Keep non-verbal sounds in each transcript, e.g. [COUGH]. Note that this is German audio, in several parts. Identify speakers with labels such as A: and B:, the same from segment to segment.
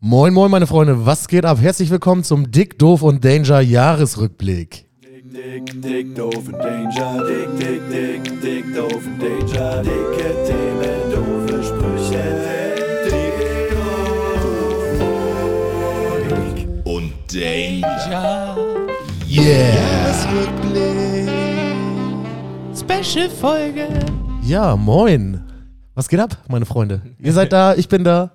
A: Moin, moin, meine Freunde, was geht ab? Herzlich willkommen zum Dick, Doof und Danger Jahresrückblick.
B: Dick, dick, doof und danger, dick, dick, dick, dick, doof und danger, dicke Themen, doofe Sprüche, dick, doof und danger.
A: Yeah!
C: Special-Folge.
A: Ja, moin. Was geht ab, meine Freunde? Ihr seid da, ich bin da.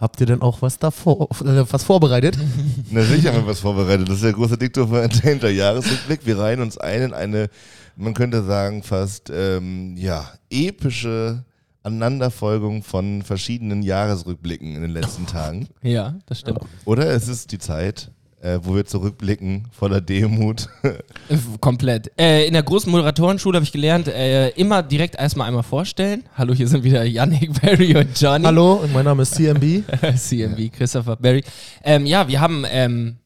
A: Habt ihr denn auch was davor, äh, was vorbereitet? [LAUGHS]
D: Na sicher haben wir was vorbereitet. Das ist der große Diktor von Entertainer Jahresrückblick. Wir reihen uns ein in eine, man könnte sagen, fast ähm, ja, epische Aneinanderfolgung von verschiedenen Jahresrückblicken in den letzten
C: [LAUGHS]
D: Tagen.
C: Ja, das stimmt.
D: Oder es ist die Zeit, äh, wo wir zurückblicken, voller Demut. [LAUGHS]
C: Äh, Komplett. Äh, in der großen Moderatorenschule habe ich gelernt, äh, immer direkt erstmal einmal vorstellen. Hallo, hier sind wieder Yannick, [LAUGHS] Barry und Johnny. Äh,
A: Hallo, mein Name ist [LAUGHS] CMB.
C: CMB, Christopher Barry. Ähm, ja, wir haben ähm,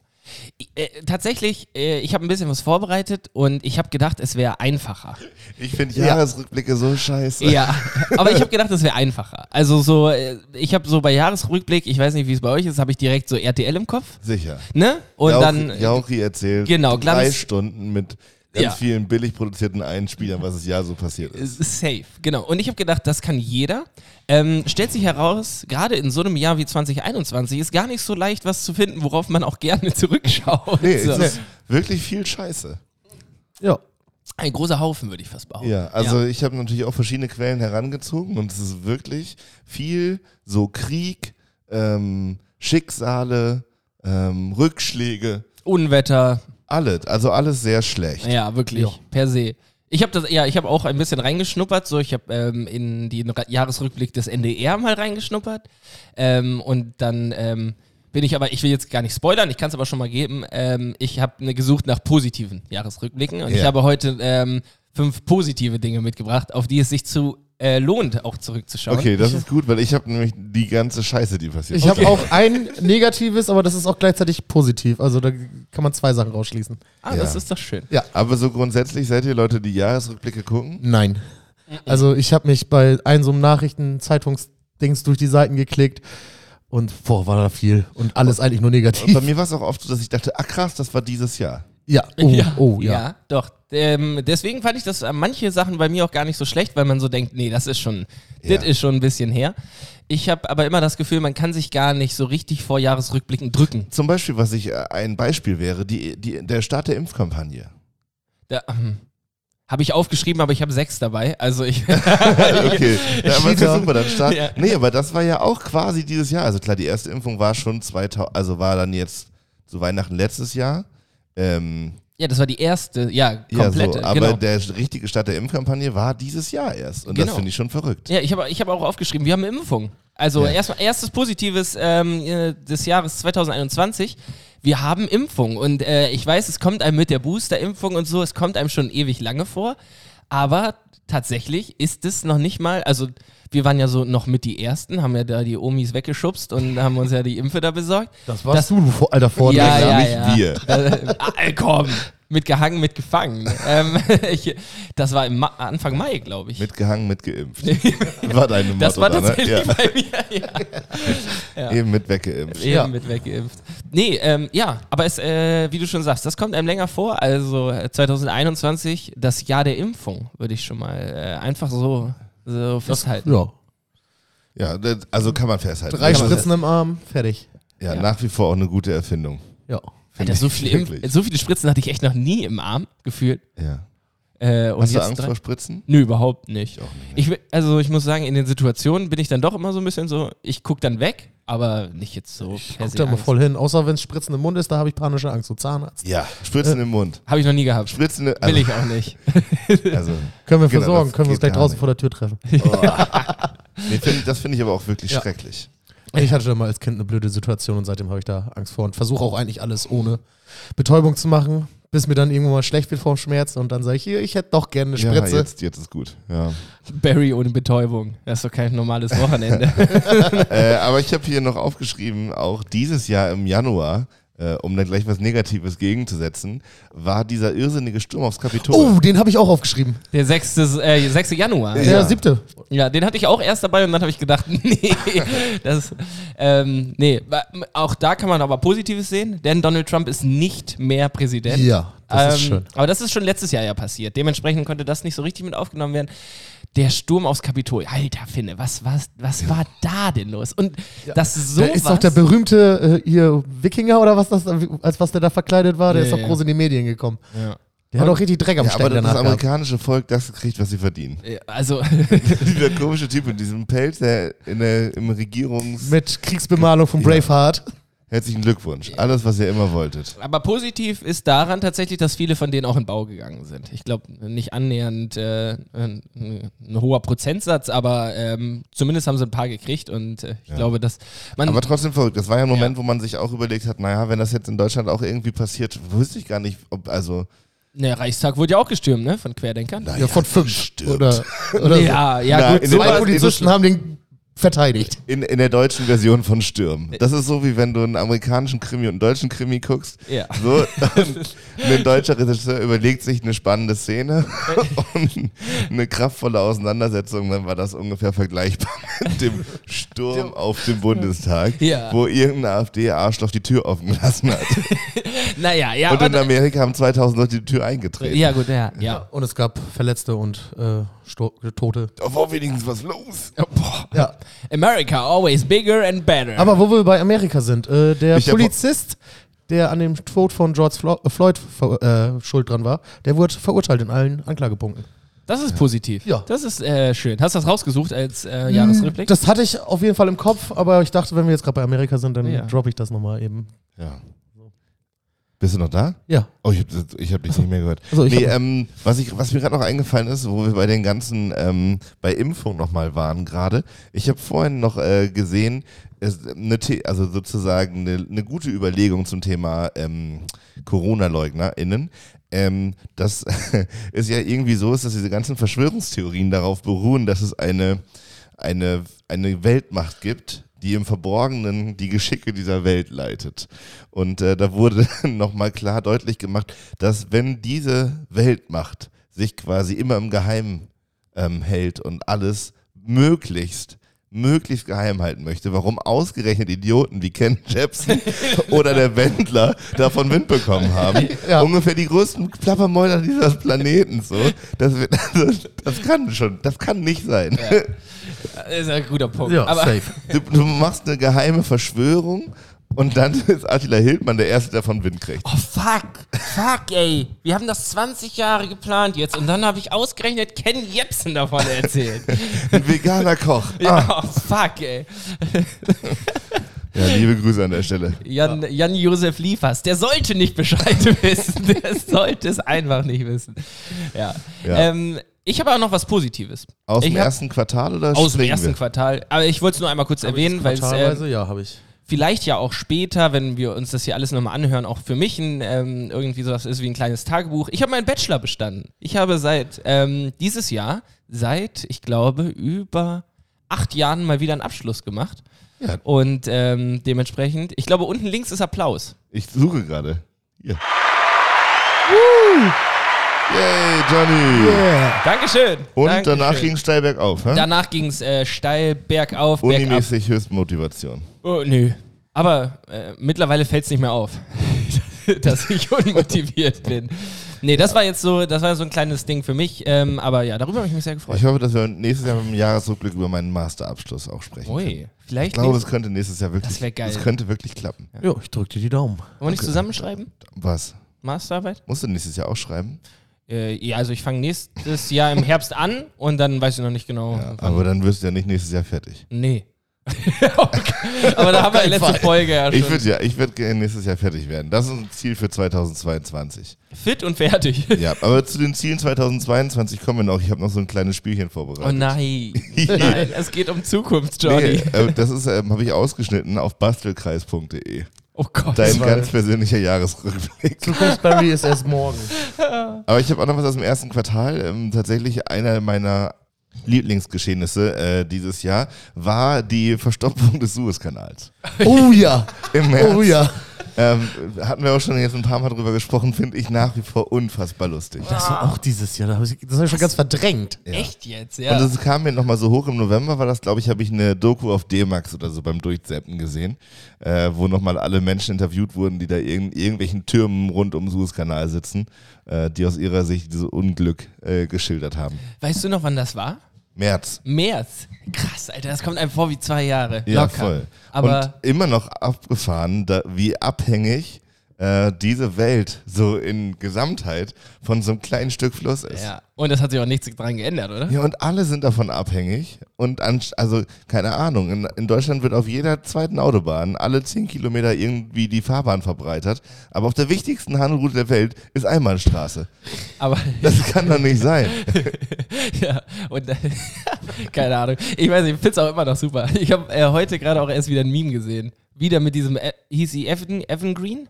C: äh, tatsächlich, äh, ich habe ein bisschen was vorbereitet und ich habe gedacht, es wäre einfacher.
D: Ich finde Jahresrückblicke so scheiße.
C: Ja, [LAUGHS] aber ich habe gedacht, das wäre einfacher. Also so, äh, ich habe so bei Jahresrückblick, ich weiß nicht, wie es bei euch ist, habe ich direkt so RTL im Kopf,
D: Sicher.
C: ne? Und
D: Jauchi,
C: dann
D: Jauchi erzählt
C: Genau,
D: drei
C: Glanz-
D: Stunden mit ganz
C: Ja.
D: vielen billig produzierten Einspielern, was das Jahr so passiert ist.
C: Safe, genau. Und ich habe gedacht, das kann jeder. Ähm, stellt sich heraus, gerade in so einem Jahr wie 2021 ist gar nicht so leicht, was zu finden, worauf man auch gerne [LAUGHS] zurückschaut.
D: Nee,
C: so.
D: es ist ne- wirklich viel Scheiße.
A: Ja.
C: Ein großer Haufen, würde ich fast behaupten.
D: Ja, also ich habe natürlich auch verschiedene Quellen herangezogen und es ist wirklich viel so Krieg, ähm, Schicksale, ähm, Rückschläge,
C: Unwetter,
D: alles. Also alles sehr schlecht.
C: ja, wirklich,
A: Ja.
C: per se. Ich habe das, ja, ich habe auch ein bisschen reingeschnuppert. So, ich habe ähm, in den Ra Jahresrückblick des NDR mal reingeschnuppert ähm, und dann ähm, bin ich aber, ich will jetzt gar nicht spoilern, ich kann es aber schon mal geben. Ähm, ich habe ne, gesucht nach positiven Jahresrückblicken und ich
D: Ja.
C: habe heute ähm, fünf positive Dinge mitgebracht, auf die es sich zu äh, lohnt, auch zurückzuschauen.
D: Okay, das ist gut, weil ich habe nämlich die ganze Scheiße, die passiert.
A: Ich habe auch ein negatives, aber das ist auch gleichzeitig positiv. Also da kann man zwei Sachen rausschließen.
C: Ah, das
D: Ja.
C: ist doch schön.
D: Aber so grundsätzlich seid ihr Leute, die Jahresrückblicke gucken?
A: Nein. Also ich habe mich bei einem so einem Nachrichten, Zeitungsdings durch die Seiten geklickt und boah, war da viel. Und alles eigentlich nur
D: Und bei
A: negativ.
D: mir war es auch oft so, dass ich dachte, ah krass, das war dieses Jahr.
A: Ja, oh, ja. oh ja.
C: ja doch. Ähm, deswegen fand ich das äh, manche Sachen bei mir auch gar nicht so schlecht, weil man so denkt, nee, das ist schon,
D: Ja.
C: das ist schon ein bisschen her. Ich habe aber immer das Gefühl, man kann sich gar nicht so richtig vor Jahresrückblicken drücken.
D: Zum Beispiel, was ich äh, ein Beispiel wäre, die, die, der Start der Impfkampagne.
C: Da ähm, habe ich aufgeschrieben, aber ich habe sechs dabei. Also ich [LAUGHS]
D: okay. Ja, aber ist ja
A: Cheater.
D: super, dann start.
C: Ja.
D: Nee, aber das war ja auch quasi dieses Jahr. Also klar, die erste Impfung war schon 2000, also war dann jetzt zu Weihnachten letztes Jahr. Ähm,
C: ja, das war die erste, ja,
D: ja,
C: komplette.
D: so. Aber
C: genau.
D: der richtige Start der Impfkampagne war dieses Jahr erst. Und
C: Genau.
D: das finde ich schon
C: [LAUGHS]
D: verrückt.
C: Ja, ich habe ich hab auch aufgeschrieben, wir haben eine Impfung. Also
D: Ja.
C: erstmal erstes Positives ähm, äh, des Jahres 2021. Wir haben Impfung und äh, ich weiß, es kommt einem mit der Booster-Impfung und so, es kommt einem schon ewig lange vor, aber tatsächlich ist es noch nicht mal, also wir waren ja so noch mit die Ersten, haben ja da die Omis weggeschubst und haben uns ja die Impfe da besorgt.
A: Das warst du, du alter Vortrag.
C: Ja, ja,
D: nicht
C: ja.
D: wir.
C: Äh, [LAUGHS] äh, komm, mitgehangen, mitgefangen. ähm, [LAUGHS] ich, das war im Ma Anfang Mai, glaube ich.
D: Mitgehangen, mitgeimpft. [LAUGHS]
C: [LAUGHS]
D: war deine Motto
C: das war
D: da, ne?
C: tatsächlich
D: ja.
C: bei mir, ja. [LAUGHS]
D: Eben mit weggeimpft.
C: Eben
A: Ja.
C: mit weggeimpft. Nee, ähm, ja, aber es, äh, wie du schon sagst, das kommt einem länger vor. Also äh, 2021, das Jahr der Impfung, würde ich schon mal äh, einfach so, so festhalten.
A: ja.
D: Ja, das, also kann man festhalten.
A: Drei
D: Kann man-
A: Spritzen im Arm, fertig.
D: Ja, nach wie vor auch eine gute Erfindung.
A: Ja.
C: Alter, so,
D: ich
C: viele Impf
D: wirklich.
C: so viele Spritzen hatte ich echt noch nie im Arm gefühlt.
D: Ja.
C: Äh, und
D: Hast du
C: jetzt
D: Angst
C: drei-
D: vor Spritzen?
C: Nö, überhaupt nicht.
D: auch nicht, ne?
C: Ich, will- also ich muss sagen, in den Situationen bin ich dann doch immer so ein bisschen so, ich gucke dann weg, aber nicht jetzt so.
A: Guck da mal voll hin. Außer wenn es Spritzen im Mund ist, da habe ich panische Angst. So Zahnarzt.
D: Ja.
C: Äh.
D: Spritzen im Mund.
C: Habe ich noch nie gehabt.
D: Spritzen im
C: Will ich auch nicht.
D: Also,
A: Können wir
D: Genau,
A: versorgen,
D: das
A: können wir uns gleich
D: geht gar
A: draußen
D: nicht.
A: vor der Tür treffen.
D: Oh. nee, find, das finde ich aber auch wirklich
A: Ja.
D: schrecklich.
A: [LAUGHS] Ich hatte schon mal als Kind eine blöde Situation und seitdem habe ich da Angst vor und versuche auch eigentlich alles ohne Betäubung zu machen, bis mir dann irgendwann mal schlecht wird vom Schmerz und dann sage ich, hier, ich hätte doch gerne eine Spritze.
D: Ja, jetzt, jetzt ist gut. Ja.
C: Barry ohne Betäubung. Das ist doch kein normales
A: [LAUGHS]
C: Wochenende.
D: äh, aber ich habe hier noch aufgeschrieben, auch dieses Jahr im Januar äh, äh, um dann gleich was Negatives gegenzusetzen, war dieser irrsinnige Sturm aufs Kapitol.
A: Oh, den habe ich auch aufgeschrieben.
C: Der 6. Äh, 6. Januar.
A: Der siebte.
C: Ja, den hatte ich auch erst dabei und dann habe ich gedacht, [LAUGHS] nee, das, ähm, nee, wa- auch da kann man aber Positives sehen, denn Donald Trump ist nicht mehr Präsident. Ähm,
A: Ja, das ist schön.
C: Aber das ist schon letztes Jahr ja passiert. Dementsprechend konnte das nicht so richtig mit aufgenommen werden. Der Sturm aufs Kapitol. Alter Finne, was, was, was war da denn los? Und das so
A: Da ist doch der berühmte äh, ihr Wikinger oder was das, als was der da verkleidet war, der
C: Ja,
A: ist doch
C: ja.
A: groß in die Medien gekommen. Der hat auch richtig Dreck am
D: ja, aber
A: Stecken
D: das
A: danach gehabt.
D: amerikanische Volk das kriegt, was sie verdienen.
A: [LAUGHS]
C: also, [LAUGHS]
D: Dieser komische Typ in diesem Pelz, der in der im Regierungs...
A: Mit Kriegsbemalung von Braveheart.
D: Herzlichen Glückwunsch. Alles, was ihr immer wolltet.
C: aber positiv ist daran tatsächlich, dass viele von denen auch in Bau gegangen sind. Ich glaube, nicht annähernd äh, ein, ein hoher Prozentsatz, aber ähm, zumindest haben sie ein paar gekriegt und äh, ich glaube, dass man.
D: Aber trotzdem verrückt. Das war ja ein Moment, wo man sich auch überlegt hat, naja, wenn das jetzt in Deutschland auch irgendwie passiert, wüsste ich gar nicht, ob, also...
C: der Reichstag wurde ja auch gestürmt, ne? Von Querdenkern.
A: Ja, von fünf. Oder, oder
C: ja, ja,
D: also, Na,
C: gut.
D: in
A: so.
D: dem
C: sowas-
A: Zwei Polizisten
D: Fall-
A: haben den verteidigt.
D: In, in der deutschen Version von Stürmen. Das ist so, wie wenn du einen amerikanischen Krimi und einen deutschen Krimi guckst.
C: Ja.
D: So, und ein deutscher Regisseur überlegt sich eine spannende
C: [LAUGHS]
D: Szene und eine kraftvolle Auseinandersetzung. Dann war das ungefähr vergleichbar [LAUGHS] mit dem Sturm auf den Bundestag,
C: Ja.
D: wo irgendein AfD-Arschloch die Tür offen gelassen hat.
C: Naja, ja,
D: Und
C: aber
D: in Amerika haben 2000 Leute die Tür eingetreten.
C: Ja, gut, ja. ja.
A: Und es gab Verletzte und äh, Sto Tote.
D: Da war wenigstens was los.
C: Oh, Boah.
A: Ja.
C: America always bigger and better.
A: Aber wo wir bei Amerika sind, äh, der
D: Ich hab-
A: Polizist, der an dem Tod von George Flo äh, Floyd ver äh, schuld dran war, der wurde verurteilt in allen Anklagepunkten.
C: das ist positiv.
A: Ja.
C: Das ist äh, schön. Hast du das rausgesucht als äh,
D: Mm,
C: Jahresrückblick?
A: Das hatte ich auf jeden Fall im Kopf, aber ich dachte, wenn wir jetzt gerade bei Amerika sind, dann
C: Ja.
A: droppe ich das nochmal eben.
D: Ja. Bist du noch da?
A: Ja.
D: Oh, ich habe ich hab dich nicht mehr gehört.
A: Also, ich
D: nee,
A: hab-
D: ähm, was, ich, was mir gerade noch eingefallen ist, wo wir bei den ganzen, ähm, bei Impfung nochmal waren gerade. Ich habe vorhin noch äh, gesehen, es, eine, The- also sozusagen eine, eine gute Überlegung zum Thema ähm, Corona-LeugnerInnen. Ähm, dass es ja irgendwie so [LAUGHS] ist, dass diese ganzen Verschwörungstheorien darauf beruhen, dass es eine, eine, eine Weltmacht gibt, die im Verborgenen die Geschicke dieser Welt leitet. Und äh, da wurde [LAUGHS] nochmal klar deutlich gemacht, dass wenn diese Weltmacht sich quasi immer im Geheimen ähm, hält und alles möglichst möglichst geheim halten möchte, warum ausgerechnet Idioten wie Ken [LAUGHS] Jepsen oder der Wendler davon Wind bekommen haben. Ungefähr die größten Plappermäuler dieses Planeten. So. Das, wird- [LAUGHS] also, das kann schon, das kann nicht sein.
C: Das Äh, ist ein guter
D: ähm,
C: Punkt.
A: Ja,
C: aber,
A: safe.
D: Du, du machst eine geheime Verschwörung und dann [LAUGHS] ist Attila Hildmann der Erste, der von Wind kriegt.
C: Oh, fuck. Fuck, ey. Wir haben das 20 Jahre geplant jetzt und dann habe ich ausgerechnet Ken Jebsen davon erzählt.
D: Ein veganer Koch. Ah.
C: [LAUGHS] ja, oh, fuck, ey.
D: Ja, liebe Grüße an der Stelle.
C: Jan, Jan Josef Liefers, der sollte nicht Bescheid [LAUGHS] wissen. Der sollte es einfach nicht wissen. Ja.
D: Ja.
C: Ähm, ich habe auch noch was Positives.
D: Aus
C: ich
D: dem
C: hab-
D: ersten Quartal oder
C: Aus dem
D: springen
C: ersten
D: wir?
C: Quartal. Aber ich wollte es nur einmal kurz [LAUGHS] erwähnen, weil es äh,
A: Quartalweise, ja, habe ich.
C: vielleicht ja auch später, wenn wir uns das hier alles nochmal anhören, auch für mich ein, ähm, irgendwie sowas ist wie ein kleines Tagebuch. Ich habe meinen Bachelor bestanden. Ich habe seit ähm, dieses Jahr, seit, ich glaube, über acht Jahren mal wieder einen Abschluss gemacht.
D: Ja.
C: Und ähm, dementsprechend, ich glaube, unten links ist Applaus.
D: Ich suche gerade. Hier. Yay, Johnny.
C: Dankeschön.
D: Und
C: Dankeschön.
D: danach ne? ging es steil bergauf. Hä?
C: Danach ging es äh, steil bergauf, bergab.
D: Unimäßig Höchstmotivation.
C: Oh, nö. Aber äh, mittlerweile fällt es nicht mehr auf, [LAUGHS] dass ich unmotiviert bin. Nee, das war jetzt so, das war so ein kleines Ding für mich. Ähm, aber ja, darüber habe ich mich sehr gefreut.
D: Ich hoffe, dass wir nächstes Jahr beim Jahresrückblick über meinen Masterabschluss auch sprechen. können.
C: Ui, vielleicht
D: Ich glaube,
C: nächstes-
D: es könnte nächstes Jahr wirklich.
C: Das wär geil.
D: Es könnte wirklich klappen.
A: Ja, ich drücke dir die Daumen.
C: wollen wir nicht zusammenschreiben?
D: Was?
C: Masterarbeit?
D: Musst du nächstes Jahr auch schreiben?
C: Äh, ja, also ich fange nächstes Jahr im Herbst an und dann weiß ich noch nicht genau.
D: Ja,
C: wann.
D: aber dann wirst du ja nicht nächstes Jahr fertig.
C: nee. [LAUGHS] okay. Aber da haben wir die letzte Folge ja
D: Ich
C: schon.
D: würde ja, ich würde gerne nächstes Jahr fertig werden. Das ist ein Ziel für 2022.
C: Fit und
D: [LAUGHS]
C: fertig.
D: Ja, aber zu den Zielen 2022 kommen wir noch. Ich habe noch so ein kleines Spielchen
C: Oh
D: vorbereitet.
C: nein. nein, es geht um Zukunft, Johnny.
D: Nee, äh, das ist, ähm, habe ich ausgeschnitten auf bastelkreis.de.
C: Oh Gott.
D: Dein ganz persönlicher Jahresrückblick.
A: Zukunftsberry ist erst morgen.
D: Aber ich habe auch noch was aus dem ersten Quartal. Ähm, tatsächlich einer meiner Lieblingsgeschehnisse äh, dieses Jahr war die Verstopfung des Suezkanals. [LAUGHS]
A: Oh ja.
D: Im März.
A: Oh ja.
D: Ähm, hatten wir auch schon jetzt ein paar Mal drüber gesprochen, finde ich nach wie vor unfassbar lustig.
A: Das war auch dieses Jahr. Das habe ich, das hab ich schon ganz verdrängt.
D: Ja.
C: Echt jetzt, ja.
D: Und das kam mir nochmal so hoch im November, war das, glaube ich, habe ich eine Doku auf D-Max oder so beim Durchzeppen gesehen, äh, wo nochmal alle Menschen interviewt wurden, die da in irgendwelchen Türmen rund um den Suezkanal sitzen, äh, die aus ihrer Sicht dieses Unglück äh, geschildert haben.
C: weißt du noch, wann das war?
D: März.
C: März. Krass, Alter, das kommt einem vor wie zwei Jahre.
D: Ja,
C: Locker.
D: voll.
C: Aber
D: und immer noch abgefahren, da, wie abhängig äh, diese Welt so in Gesamtheit von so einem kleinen Stück Fluss ist.
C: ja. Und das hat sich auch nichts dran geändert, oder?
D: [LAUGHS] Ja, und alle sind davon abhängig. Und an, also, keine Ahnung, in, in Deutschland wird auf jeder zweiten Autobahn alle 10 Kilometer irgendwie die Fahrbahn verbreitert. Aber auf der wichtigsten Handelsroute der Welt ist Einbahnstraße.
C: Aber
D: Das kann doch nicht sein.
C: ja, und [LAUGHS] äh, keine Ahnung. Ich weiß nicht, ich find's auch immer noch super. Ich habe äh, heute gerade auch erst wieder ein Meme gesehen. Wieder mit diesem, äh, hieß sie Evan, Evan Green?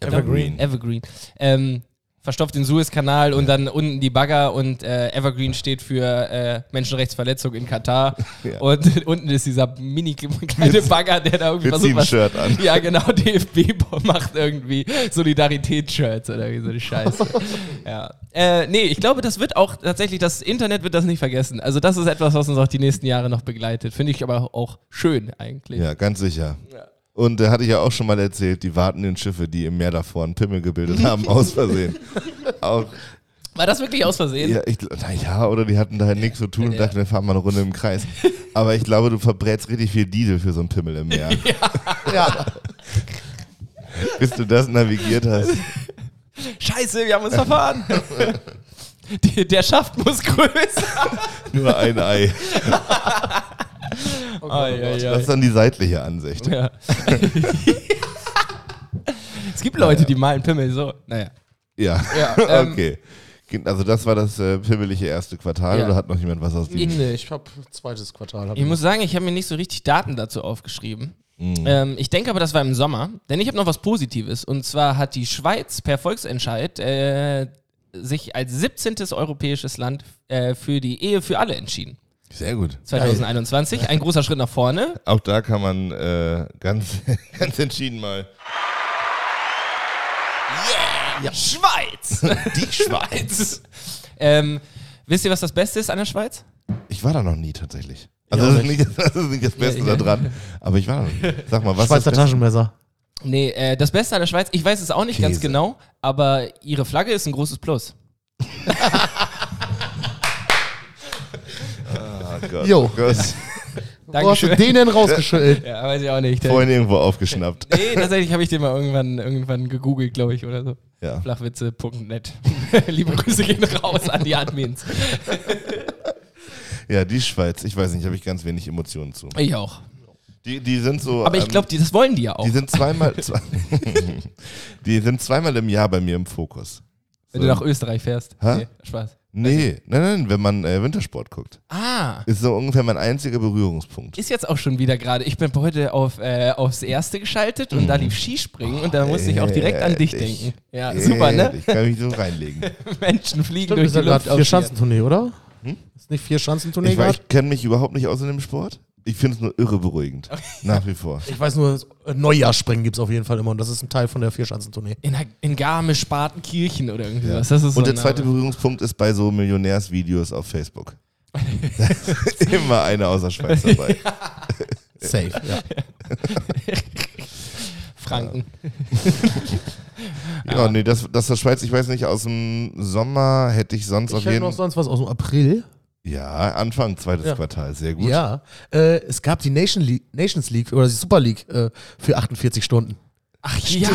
D: Evergreen.
C: Evergreen. Ähm, verstopft den Suezkanal und dann unten die Bagger und äh, Evergreen steht für äh, Menschenrechtsverletzung in Katar.
D: [LAUGHS] Ja.
C: Und [LAUGHS] unten ist dieser mini kleine Bagger, der da irgendwie
D: Wir ziehen ein
C: versucht, was.
D: Shirt an.
C: [LAUGHS] Ja, genau, DFB [LAUGHS] macht irgendwie Solidaritäts-Shirts oder irgendwie so eine Scheiße.
D: [LAUGHS]
C: ja. äh, nee, ich glaube, das wird auch tatsächlich, das Internet wird das nicht vergessen. Also, das ist etwas, was uns auch die nächsten Jahre noch begleitet. Finde ich aber auch schön eigentlich.
D: Ja, ganz sicher.
C: Ja.
D: Und da hatte ich ja auch schon mal erzählt, die wartenden Schiffe, die im Meer davor einen Pimmel gebildet haben, aus Versehen. auch,
C: War das wirklich aus Versehen?
D: ja, ich, na ja, oder die hatten da halt nichts zu tun und
C: Ja.
D: dachten, wir fahren mal eine Runde
A: [LAUGHS]
D: im Kreis. Aber ich glaube, du verbrätst richtig viel Diesel für so einen Pimmel im Meer.
A: [LAUGHS] Ja.
D: Bis du das navigiert hast.
C: Scheiße, wir haben
D: [LAUGHS]
C: uns verfahren. Die, der Schaft muss größer.
D: Nur ein Ei. Oh
C: Ei, ei,
D: Das
C: ei.
D: ist dann die seitliche Ansicht. [LAUGHS]
C: Ja. [LAUGHS] es gibt Leute, die malen Pimmel so. Naja.
D: Ja. [LAUGHS]
A: Ja, ähm,
D: okay. Also das war das äh, pimmelige erste Quartal
A: Ja.
D: oder hat noch jemand was aus dem?
A: Nee, ich habe zweites Quartal. Hab
C: Ich muss sagen, ich habe mir nicht so richtig Daten dazu aufgeschrieben.
D: Mhm.
C: Ähm, ich denke aber, das war im Sommer, denn ich habe noch was Positives. Und zwar hat die Schweiz per Volksentscheid äh, sich als 17. europäisches Land äh, für die Ehe für alle entschieden.
D: Sehr gut.
C: 2021, ein großer Schritt nach vorne.
D: Auch da kann man äh, ganz, [LAUGHS] ganz entschieden mal
C: Ja. Schweiz!
D: [LAUGHS] die Schweiz.
C: ähm, wisst ihr, was das Beste ist an der Schweiz?
D: Ich war da noch nie tatsächlich. Also
A: Ja,
D: das,
A: aber
D: ist nicht, [LAUGHS] das ist nicht das Beste
C: Ja, ja.
D: daran. Aber ich war da noch nie. Sag mal, was
A: Schweizer
D: ist das Beste?
A: Taschenmesser.
C: Nee, äh, das Beste an der Schweiz, ich weiß es auch nicht ganz
D: Käse.
C: genau, aber ihre Flagge ist ein großes Plus.
D: Oh Gott.
A: Jo.
D: Gott.
A: Wo Oh, hast du
C: Dankeschön.
A: den denn rausgeschüttelt?
C: [LAUGHS] Ja, weiß ich auch nicht.
D: Vorhin irgendwo aufgeschnappt.
C: Nee, tatsächlich habe ich den mal irgendwann, irgendwann gegoogelt, glaube ich, oder so.
D: Ja.
C: Flachwitze.net. [LAUGHS] Liebe Grüße gehen raus an die Admins.
D: ja, die Schweiz. Ich weiß nicht, habe ich ganz wenig Emotionen zu.
C: Ich auch.
D: Die, die sind so.
C: Aber ich
D: ähm,
C: glaube, das wollen die ja auch.
D: Die sind zweimal,
C: [LAUGHS]
D: zwei, die sind zweimal im Jahr bei mir im Fokus.
C: Wenn du nach Österreich fährst.
D: Hä?
C: Nee, Spaß. Also
D: Nee, nein, nein, wenn man äh, Wintersport guckt.
C: Ah,
D: Ist so ungefähr mein einziger Berührungspunkt.
C: ist jetzt auch schon wieder gerade. Ich bin heute auf, äh, aufs Erste geschaltet und
D: Hm.
C: da lief Skispringen und da musste ich auch direkt an dich
D: Äh, ich-
C: denken. Ja, super, ne?
D: Ich kann mich so reinlegen.
C: [LAUGHS] Menschen fliegen
A: Stimmt,
C: durch
A: ist ja
C: die
A: gerade
C: Luft. auf
A: vier Schanzentournee, oder? Ist nicht vier Schanzentournee
D: Ich, weiß-
A: gerade?
D: ich kenne mich überhaupt nicht aus in dem Sport. Ich finde es nur irre beruhigend. Nach wie vor.
A: Ich weiß nur, Neujahrsspringen gibt es auf jeden Fall immer und das ist ein Teil von der Vierschanzentournee.
C: In, in Garmisch-Partenkirchen oder irgendwie sowas. Das ist so
D: Und der
C: ein
D: zweite
C: Name.
D: Berührungspunkt ist bei so Millionärsvideos auf Facebook. [LAUGHS] Da ist immer einer aus der Schweiz dabei.
A: Äh, Safe, ja.
C: [LAUGHS] Franken.
D: Ja, nee, das, das der Schweiz, ich weiß nicht, aus dem Sommer hätte ich sonst auf
A: Ich hätte
D: jeden
A: noch sonst was aus dem April.
D: Ja, Anfang zweites
A: Ja.
D: Quartal, sehr gut.
A: Ja. Äh, es gab die Nation League, Nations League oder die Super League äh, für 48 Stunden.
C: Ach ja!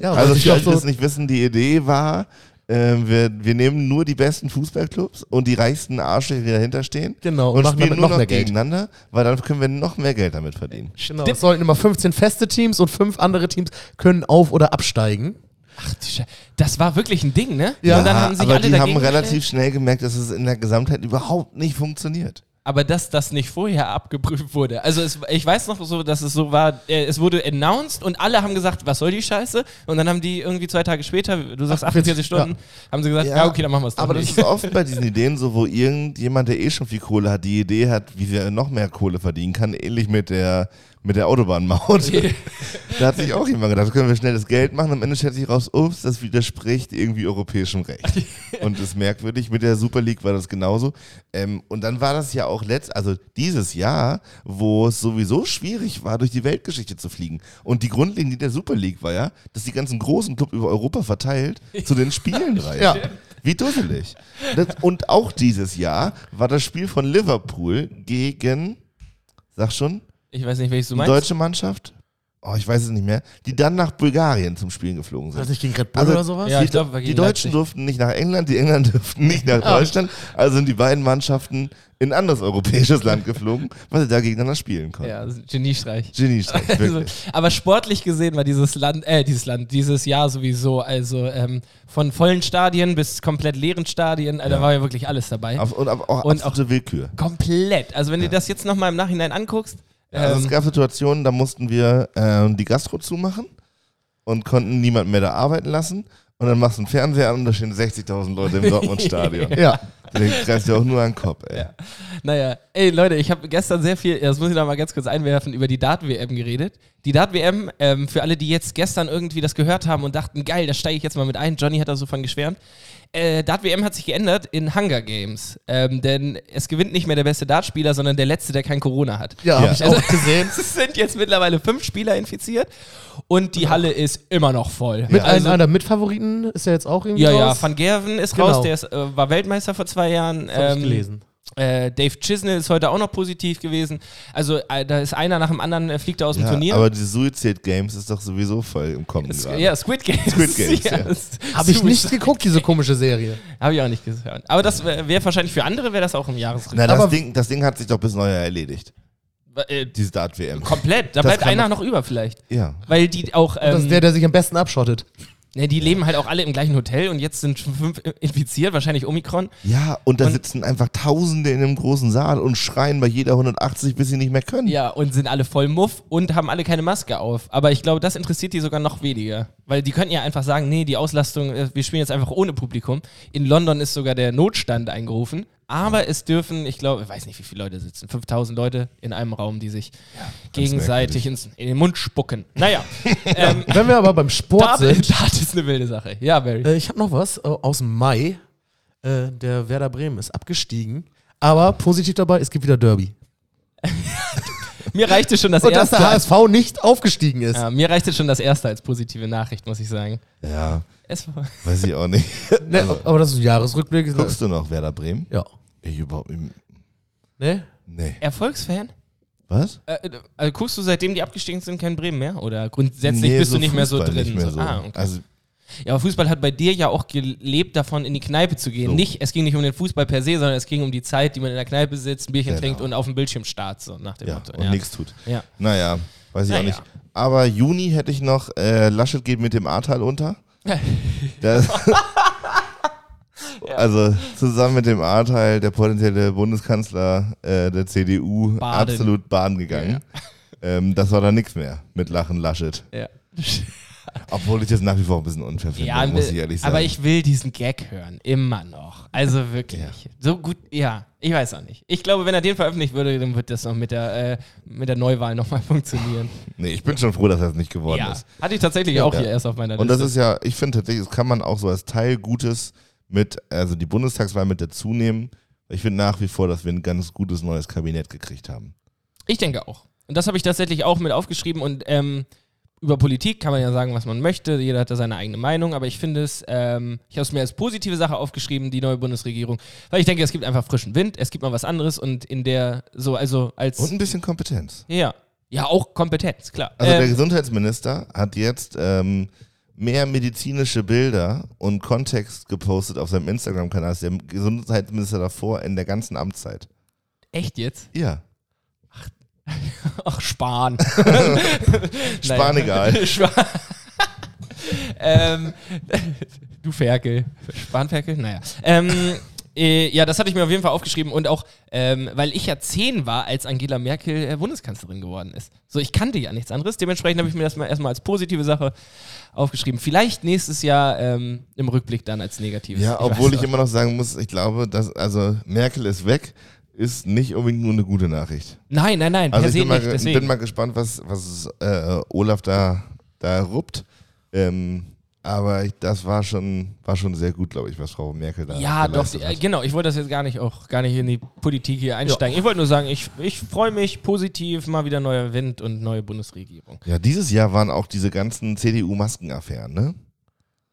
A: Ja,
D: Also
A: weil
D: für alle, die
A: auch
D: das nicht wissen, die Idee war, ähm, wir, wir nehmen nur die besten Fußballclubs und die reichsten Arsche, die dahinter stehen
A: Genau, und
D: und,
A: machen
D: spielen
A: damit
D: nur
A: noch
D: noch
A: mehr Geld.
D: gegeneinander, weil dann können wir noch mehr Geld damit verdienen.
A: Genau, es sollten immer 15 feste Teams und fünf andere Teams können auf- oder absteigen.
C: Ach, die Sche- das war wirklich ein Ding, ne?
A: Ja,
C: und dann haben sich
D: aber
C: alle
D: die haben
C: dagegen gestellt.
D: relativ schnell gemerkt, dass es in der Gesamtheit überhaupt nicht funktioniert.
C: Aber dass das nicht vorher abgeprüft wurde. Also es, ich weiß noch so, dass es so war, äh, es wurde announced und alle haben gesagt, was soll die Scheiße? Und dann haben die irgendwie zwei Tage später, du sagst 48 Stunden, haben sie gesagt, ja, okay, dann machen wir es doch
D: Aber
C: nicht.
D: das ist oft bei diesen Ideen so, wo irgendjemand, der eh schon viel Kohle hat, die Idee hat, wie er noch mehr Kohle verdienen kann, ähnlich mit der, mit der Autobahnmaut. [LAUGHS] Da hat sich auch jemand gedacht, können wir schnell das Geld machen. Am Ende stellt sich raus, ups, das widerspricht irgendwie europäischem Recht. Und ist merkwürdig. Mit der Super League war das genauso. Ähm, und dann war das ja auch letzt, also dieses Jahr, wo es sowieso schwierig war, durch die Weltgeschichte zu fliegen. Und die Grundlinie der Super League war ja, dass die ganzen großen Club über Europa verteilt zu den Spielen reisen.
A: Ja.
D: Wie dusselig. Das, und auch dieses Jahr war das Spiel von Liverpool gegen, sag schon,
C: Ich weiß nicht, welches du
D: die
C: meinst.
D: deutsche Mannschaft, oh, ich weiß es nicht mehr, die dann nach Bulgarien zum Spielen geflogen
A: War das
D: sind.
A: nicht gegen Red Bull
D: Also-
A: oder sowas?
C: Ja, ich
D: die,
C: glaub, war
D: die
C: gegen
D: Deutschen
C: Leipzig.
D: durften nicht nach England, [LAUGHS] die Engländer durften nicht nach Deutschland. Also sind die beiden Mannschaften in ein anderes europäisches Land geflogen, weil sie da gegeneinander spielen konnten.
C: ja, das ist ein Geniestreich. [LAUGHS]
D: Geniestreich,
C: Also,
D: [LAUGHS] wirklich.
C: aber sportlich gesehen war dieses Land, äh, dieses Land, dieses Jahr sowieso, also ähm, von vollen Stadien bis komplett leeren Stadien, äh, da war ja wirklich alles dabei.
D: Auf, und aber auch
C: Und
D: absolute Willkür.
C: komplett. Also wenn du das jetzt nochmal im Nachhinein anguckst,
D: Also es
C: ähm,
D: gab Situationen, da mussten wir ähm, die Gastro zumachen und konnten niemanden mehr da arbeiten lassen. Und dann machst du einen Fernseher an und da stehen 60.000 Leute
C: [LAUGHS]
D: im Dortmund-Stadion.
A: Ja.
D: Den greifst du auch nur an den Kopf, ey.
C: naja, ey Leute, ich habe gestern sehr viel, das muss ich noch mal ganz kurz einwerfen, über die Dart-WM geredet. Die Dart-WM, ähm, für alle, die jetzt gestern irgendwie das gehört haben und dachten, geil, da steige ich jetzt mal mit ein, Johnny hat da so von geschwärmt. Äh, Dart-WM hat sich geändert in Hunger Games, ähm, denn es gewinnt nicht mehr der beste Dartspieler, sondern der Letzte, der kein Corona hat.
A: Ja,
D: Ja.
A: habe ich
C: Also-
A: auch gesehen.
C: [LAUGHS] Es sind jetzt mittlerweile fünf Spieler infiziert und die Halle ist immer noch voll.
A: Mit
C: also,
A: einem einer Mitfavoriten ist er jetzt auch irgendwie
C: ja,
A: raus.
C: ja, Van Gerven ist
A: Genau.
C: raus, der ist, äh, war Weltmeister vor zwei Jahren.
A: Hab ich
C: ähm,
A: gelesen.
C: Äh, Dave Chisnell ist heute auch noch positiv gewesen. Also äh, da ist einer nach dem anderen, äh, fliegt er aus dem
D: Ja,
C: Turnier.
D: Aber die Suicide Games ist doch sowieso voll im Kommen
C: S-
D: gerade.
C: ja, Squid Games.
D: [LAUGHS] Squid Games,
C: [LAUGHS]
D: ja.
A: Habe ich nicht geguckt, diese komische Serie.
C: Habe ich auch nicht gehört. Aber das wäre wär wahrscheinlich für andere, wäre das auch im Jahresrückblick.
D: Na, das
A: Aber-
D: Ding, das Ding hat sich doch bis Neujahr erledigt.
C: Äh,
D: Diese Dart-WM.
C: komplett, da
D: Das
C: bleibt
D: kann
C: einer
D: man-
C: noch über vielleicht.
D: Ja.
C: Weil die auch,
A: Das
C: [LAUGHS] ähm,
A: ist der, der sich am besten abschottet.
C: ne, die leben halt auch alle im gleichen Hotel und jetzt sind schon fünf äh, infiziert, wahrscheinlich Omikron.
D: Ja, und da
C: Und-
D: sitzen einfach Tausende in einem großen Saal und schreien bei jeder 180, bis sie nicht mehr können.
C: Ja, und sind alle voll Muff und haben alle keine Maske auf. Aber ich glaube, das interessiert die sogar noch weniger. Weil die könnten ja einfach sagen, nee, die Auslastung, äh, wir spielen jetzt einfach ohne Publikum. In London ist sogar der Notstand eingerufen. Aber es dürfen, ich glaube, ich weiß nicht, wie viele Leute sitzen, 5000 Leute in einem Raum, die sich gegenseitig ins, in den Mund spucken. Naja,
A: [LAUGHS]
C: ähm,
A: Wenn wir aber beim Sport
C: [LAUGHS] Dart,
A: sind,
C: Dart ist eine wilde Sache. Ja, Barry.
A: äh, ich habe noch was äh, aus dem Mai. Äh, der Werder Bremen ist abgestiegen. Aber positiv dabei, es gibt wieder Derby.
C: Mir reichte schon das
A: Und dass
C: erste.
A: der HSV nicht aufgestiegen ist.
C: ja, mir reichte schon das erste als positive Nachricht, muss ich sagen.
D: ja,
C: Es war
D: weiß ich auch nicht.
C: [LAUGHS]
A: Ne,
C: Also-
A: aber das ist ein Jahresrückblick.
D: Guckst du noch Werder Bremen?
A: Ja.
D: Ich überhaupt nicht.
A: Ne?
D: Nee.
C: Erfolgsfan?
D: Was?
C: Äh, also guckst du seitdem die abgestiegen sind kein Bremen mehr oder grundsätzlich
D: Nee,
C: bist
D: so
C: du nicht mehr so
D: Fußball
C: drin?
D: nicht mehr so.
C: Ah, okay.
D: Also,
C: Ja, aber Fußball hat bei dir ja auch gelebt davon, in die Kneipe zu gehen.
D: So.
C: Nicht, es ging nicht um den Fußball per se, sondern es ging um die Zeit, die man in der Kneipe sitzt, ein Bierchen
D: Genau.
C: trinkt und auf dem Bildschirm starrt, so nach dem
D: ja,
C: Motto.
D: und nichts tut.
C: Ja. [LAUGHS]
D: Naja, weiß ich
C: Naja.
D: auch nicht. Aber Juni hätte ich noch, äh, Laschet geht mit dem Ahrtal unter. [LAUGHS] Das Also zusammen mit dem Ahrtal, der potenzielle Bundeskanzler äh, der CDU,
C: Baden.
D: absolut Bahn gegangen. Ähm, das war dann nichts mehr mit Lachen Laschet.
C: Ja,
D: Obwohl ich das nach wie vor ein bisschen unfair finde,
C: ja ne,
D: muss ich ehrlich sagen.
C: aber ich will diesen Gag hören, immer noch. Also wirklich. So gut, ja, ich weiß auch nicht. Ich glaube, wenn er den veröffentlicht würde, dann wird das noch mit der, äh, mit der Neuwahl nochmal [LAUGHS] funktionieren.
D: nee, ich bin schon froh, dass das nicht geworden
C: ja,
D: ist.
C: hatte ich tatsächlich auch
D: Ja.
C: hier erst auf meiner
D: Und
C: Liste.
D: das ist ja, ich finde tatsächlich, das kann man auch so als Teil Gutes mit, also die Bundestagswahl mit dazu nehmen. Ich finde nach wie vor, dass wir ein ganz gutes neues Kabinett gekriegt haben.
C: Ich denke auch. Und das habe ich tatsächlich auch mit aufgeschrieben. Und ähm, über Politik kann man ja sagen, was man möchte. Jeder hat da seine eigene Meinung. Aber ich finde es, ähm, ich habe es mir als positive Sache aufgeschrieben, die neue Bundesregierung. Weil ich denke, es gibt einfach frischen Wind. Es gibt mal was anderes. Und in der, so, also als.
D: Und ein bisschen Kompetenz.
C: Ja. Ja, auch Kompetenz, klar.
D: Also der
C: Ähm,
D: Gesundheitsminister hat jetzt ähm, mehr medizinische Bilder und Kontext gepostet auf seinem Instagram-Kanal als der Gesundheitsminister davor in der ganzen Amtszeit.
C: echt jetzt?
D: Ja.
C: Ach, Spahn.
D: [LAUGHS] Spahn
C: [LAUGHS]
D: egal.
C: Schwa- ähm, du Ferkel. Spanferkel? Naja. Ähm, äh, ja, das hatte ich mir auf jeden Fall aufgeschrieben und auch, ähm, weil ich ja zehn war, als Angela Merkel äh, Bundeskanzlerin geworden ist. So, ich kannte ja nichts anderes. Dementsprechend habe ich mir das mal erstmal als positive Sache aufgeschrieben. Vielleicht nächstes Jahr ähm, im Rückblick dann als negatives.
D: Ja, obwohl
C: weiß
D: ich immer noch sagen muss, ich glaube, dass, also Merkel ist weg. ist nicht unbedingt nur eine gute Nachricht.
C: Nein, nein, nein,
D: Also
C: per
D: ich
C: se
D: bin mal,
C: nicht.
D: ge-
C: Deswegen.
D: bin mal gespannt, was, was äh, Olaf da, da ruppt. Ähm, aber ich, das war schon, war schon sehr gut, glaube ich, was Frau Merkel da
C: ja, doch,
D: geleistet
C: äh,
D: hat.
C: genau. Ich wollte das jetzt gar nicht auch gar nicht in die Politik hier einsteigen. Ich wollte nur sagen, ich, ich freue mich positiv, mal wieder neuer Wind und neue Bundesregierung.
D: Ja, dieses Jahr waren auch diese ganzen CDU-Maskenaffären, ne?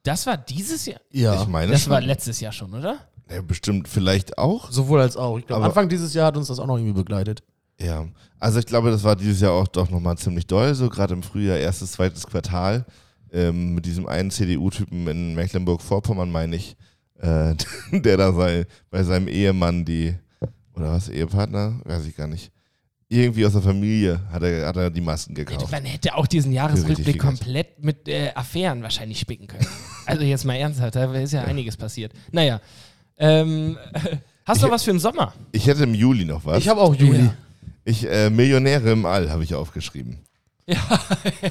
C: Das war dieses Jahr.
A: Ja.
D: Ich meine
C: Das
D: schon.
C: war letztes Jahr schon, oder?
D: ja, bestimmt, vielleicht auch.
A: Sowohl als auch. Ich glaube,
D: Aber-
A: Anfang dieses Jahr hat uns das auch noch irgendwie begleitet.
D: Ja, also ich glaube, das war dieses Jahr auch doch nochmal ziemlich doll, so gerade im Frühjahr, erstes, zweites Quartal, ähm, mit diesem einen CDU-Typen in Mecklenburg-Vorpommern, meine ich, äh, [LAUGHS] der da sei, bei seinem Ehemann die, oder was, Ehepartner, weiß ich gar nicht, irgendwie aus der Familie hat er, hat er die Masken gekauft.
C: Man hätte auch diesen
D: Genau. Richtig
C: Jahresrückblick
D: viel Geld.
C: komplett mit äh, Affären wahrscheinlich spicken können. also jetzt mal ernsthaft, da ist ja einiges passiert. Naja, ähm, [LAUGHS] hast du noch was für den Sommer?
D: Ich hätte im Juli noch was.
A: Ich habe auch Juli.
C: Ja.
D: Ich, äh, Millionäre im All habe ich aufgeschrieben. Ja.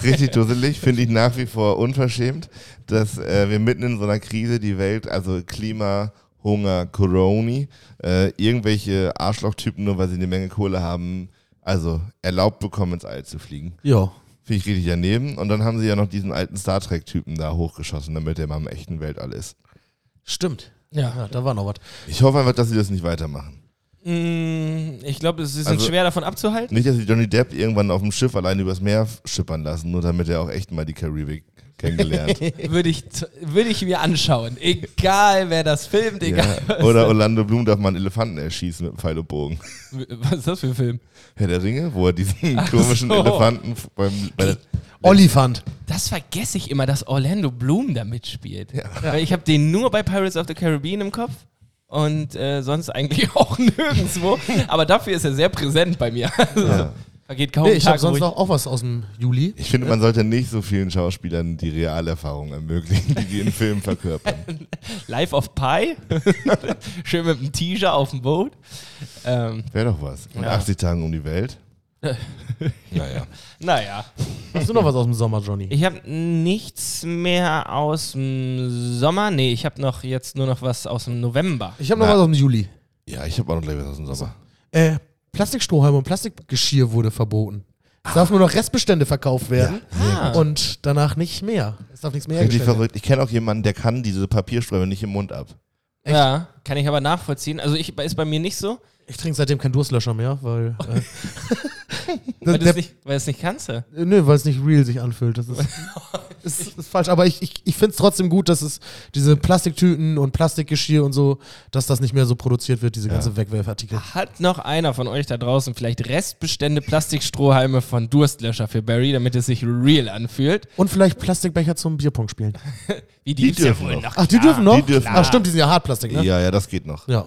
D: Richtig dusselig, finde ich nach wie vor unverschämt, dass äh, wir mitten in so einer Krise die Welt, also Klima, Hunger, Corona, äh, irgendwelche Arschlochtypen, nur weil sie eine Menge Kohle haben, also erlaubt bekommen, ins All zu fliegen.
A: Ja.
D: Finde ich richtig daneben. Und dann haben sie ja noch diesen alten Star Trek-Typen da hochgeschossen, damit der mal im echten Weltall ist.
A: Stimmt.
C: Ja.
A: Ja, da war noch was.
D: Ich hoffe einfach, dass sie das nicht weitermachen.
C: Mm, Ich glaube, sie sind
D: Also-
C: schwer
D: [LAUGHS]
C: davon abzuhalten.
D: Nicht, dass sie Johnny Depp irgendwann auf dem Schiff alleine übers Meer schippern lassen, nur damit er auch echt mal die Karibik kennengelernt.
C: [LAUGHS] Würde ich, z- würde ich mir anschauen. Egal, wer das filmt, egal. [LAUGHS]
D: Ja. Oder Orlando Bloom darf mal einen Elefanten erschießen mit Pfeil und Bogen. [LAUGHS]
C: Was ist das für ein Film?
D: Herr der Ringe, wo er diesen komischen
C: so.
D: Elefanten f- beim,
C: [LAUGHS]
D: bei der,
A: Olifant.
C: Das vergesse ich immer, dass Orlando Bloom da mitspielt. Weil ich habe den nur bei Pirates of the Caribbean im Kopf und äh, sonst eigentlich [LAUGHS] auch nirgendwo. Aber dafür ist er sehr präsent bei mir. [LAUGHS] Also, Vergeht kaum
A: Nee,
C: ein
A: ich
C: Tag,
A: habe sonst
C: wo
A: noch auch was aus dem Juli.
D: Ich finde, man sollte nicht so vielen Schauspielern die Realerfahrung ermöglichen, die die in Filmen
C: [LAUGHS]
D: verkörpern.
C: ich Life of Pi. [LAUGHS] Schön mit einem T-Shirt auf dem Boot. Ähm,
D: Wäre doch was. In
C: Ja.
D: 80 Tagen um die Welt. naja.
C: naja.
A: Hast du noch was aus dem Sommer, Johnny?
C: Ich habe nichts mehr aus dem Sommer. Nee, ich habe noch jetzt nur noch was aus dem November.
A: Ich habe noch
D: Na.
A: was aus dem Juli.
D: Ja, ich habe auch noch gleich was aus dem Sommer.
A: Äh, Plastikstrohhalme und Plastikgeschirr wurde verboten. Es darf nur noch Restbestände verkauft werden
C: Ah.
A: und danach nicht mehr. Es darf nichts mehr
D: Richtig
A: hergestellt
D: verrückt. Ich kenne auch jemanden, der kann diese Papierströme nicht im Mund ab.
C: Ja, kann ich aber nachvollziehen. Also ich, ist bei mir nicht so.
A: werden. Ich trinke seitdem keinen Durstlöscher mehr, [LAUGHS] weil. Äh,
C: Weil
A: das,
C: du es
A: der,
C: nicht, weil du's nicht kannst. du.
A: nö, weil es nicht real sich anfühlt. Das [LAUGHS] ist, ist, ist falsch. Aber ich, ich, ich finde es trotzdem gut, dass es diese Plastiktüten und Plastikgeschirr und so, dass das nicht mehr so produziert wird, diese ganze Wegwerfartikel.
C: Hat noch einer von euch da draußen vielleicht Restbestände Plastikstrohhalme von Durstlöscher für Barry, damit es sich real anfühlt?
A: Und vielleicht Plastikbecher zum Bierpong spielen.
D: Die
C: Wie die, gibt's ja
D: dürfen
C: wohl
D: noch.
C: noch.
A: Ach, die dürfen noch?
D: die dürfen.
A: Ach, stimmt, die sind ja Hartplastik,
D: Ja,
A: ne?
D: ja, das geht noch.
A: ja.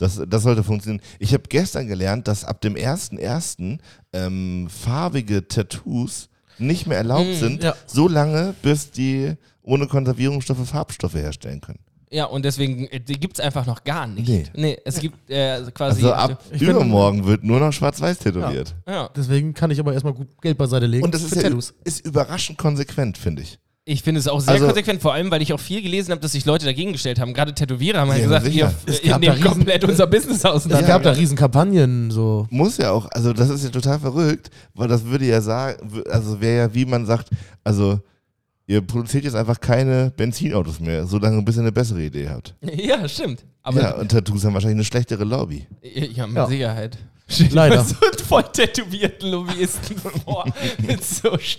D: Das, das sollte funktionieren. Ich habe gestern gelernt, dass ab dem 1.1. Ähm, farbige Tattoos nicht mehr erlaubt sind,
A: Mm, ja.
D: so lange, bis die ohne Konservierungsstoffe Farbstoffe herstellen können.
C: Ja, und deswegen äh, die gibt's einfach noch gar nicht.
D: Nee.
C: Nee, es gibt äh, quasi.
D: Also ab
A: Ich bin-
D: übermorgen wird nur noch schwarz-weiß tätowiert.
C: ja,
A: Deswegen kann ich aber erstmal gut Geld beiseite legen.
D: Und das ist,
A: für
D: ja,
A: Tattoos.
D: ist überraschend konsequent, finde ich.
C: ich finde es auch sehr
D: Also-
C: konsequent, vor allem, weil ich auch viel gelesen habe, dass sich Leute dagegen gestellt haben. Gerade Tätowierer haben halt
D: Ja,
C: gesagt,
D: sicher.
C: ihr,
A: Es
C: ihr
A: gab da
C: nehmt
A: riesen-
C: komplett unser Business
A: Es
C: auseinander.
A: gab da riesen Kampagnen, so.
D: Muss ja auch, also das ist ja total verrückt, weil das würde ja sagen, w- also wäre ja, wie man sagt, also ihr produziert jetzt einfach keine Benzinautos mehr, solange bis ihr eine bessere Idee habt.
C: Ja, stimmt. Aber
D: Ja, und Tattoos haben wahrscheinlich eine schlechtere Lobby.
C: Ja, mit
A: Ja.
C: Sicherheit.
A: Leider.
C: So einen voll tätowierten Lobbyisten vor mit so Sch-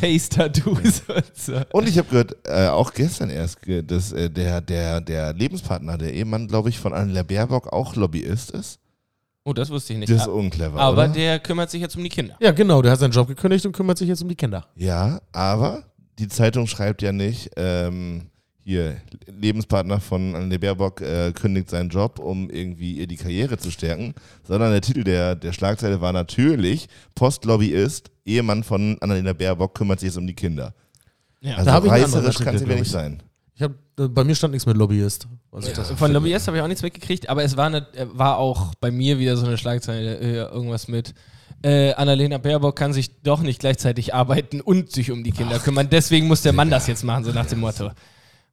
C: Face-Tattoos und so.
D: Und ich habe gehört, äh, auch gestern erst, ge- dass äh, der, der, der Lebenspartner, der Ehemann, glaube ich, von Annalena Baerbock auch Lobbyist ist.
C: Oh, das wusste ich nicht.
D: Das ist
C: Ah,
D: unclever,
C: aber
D: oder?
C: der kümmert sich jetzt um die Kinder.
A: Ja, genau, der hat seinen Job gekündigt und kümmert sich jetzt um die Kinder.
D: ja, aber die Zeitung schreibt ja nicht, ähm, hier, Lebenspartner von Annalena Baerbock äh, kündigt seinen Job, um irgendwie ihr die Karriere zu stärken, sondern der Titel der, der Schlagzeile war natürlich, Postlobbyist, Ehemann von Annalena Baerbock kümmert sich jetzt um die Kinder.
C: Ja.
D: Also
A: Da hab ich einen anderen Artikel,
D: reißerisch kann sie mir
A: glaub
D: nicht
A: ich.
D: sein.
A: Ich hab, äh, bei mir stand nichts mit Lobbyist. Also das-
C: Von Lobbyist habe ich auch nichts mitgekriegt, aber es war, eine, äh, war auch bei mir wieder so eine Schlagzeile, äh, irgendwas mit äh, Annalena Baerbock kann sich doch nicht gleichzeitig arbeiten und sich um die Kinder kümmern. Deswegen muss der Mann das jetzt machen, so nach dem Motto.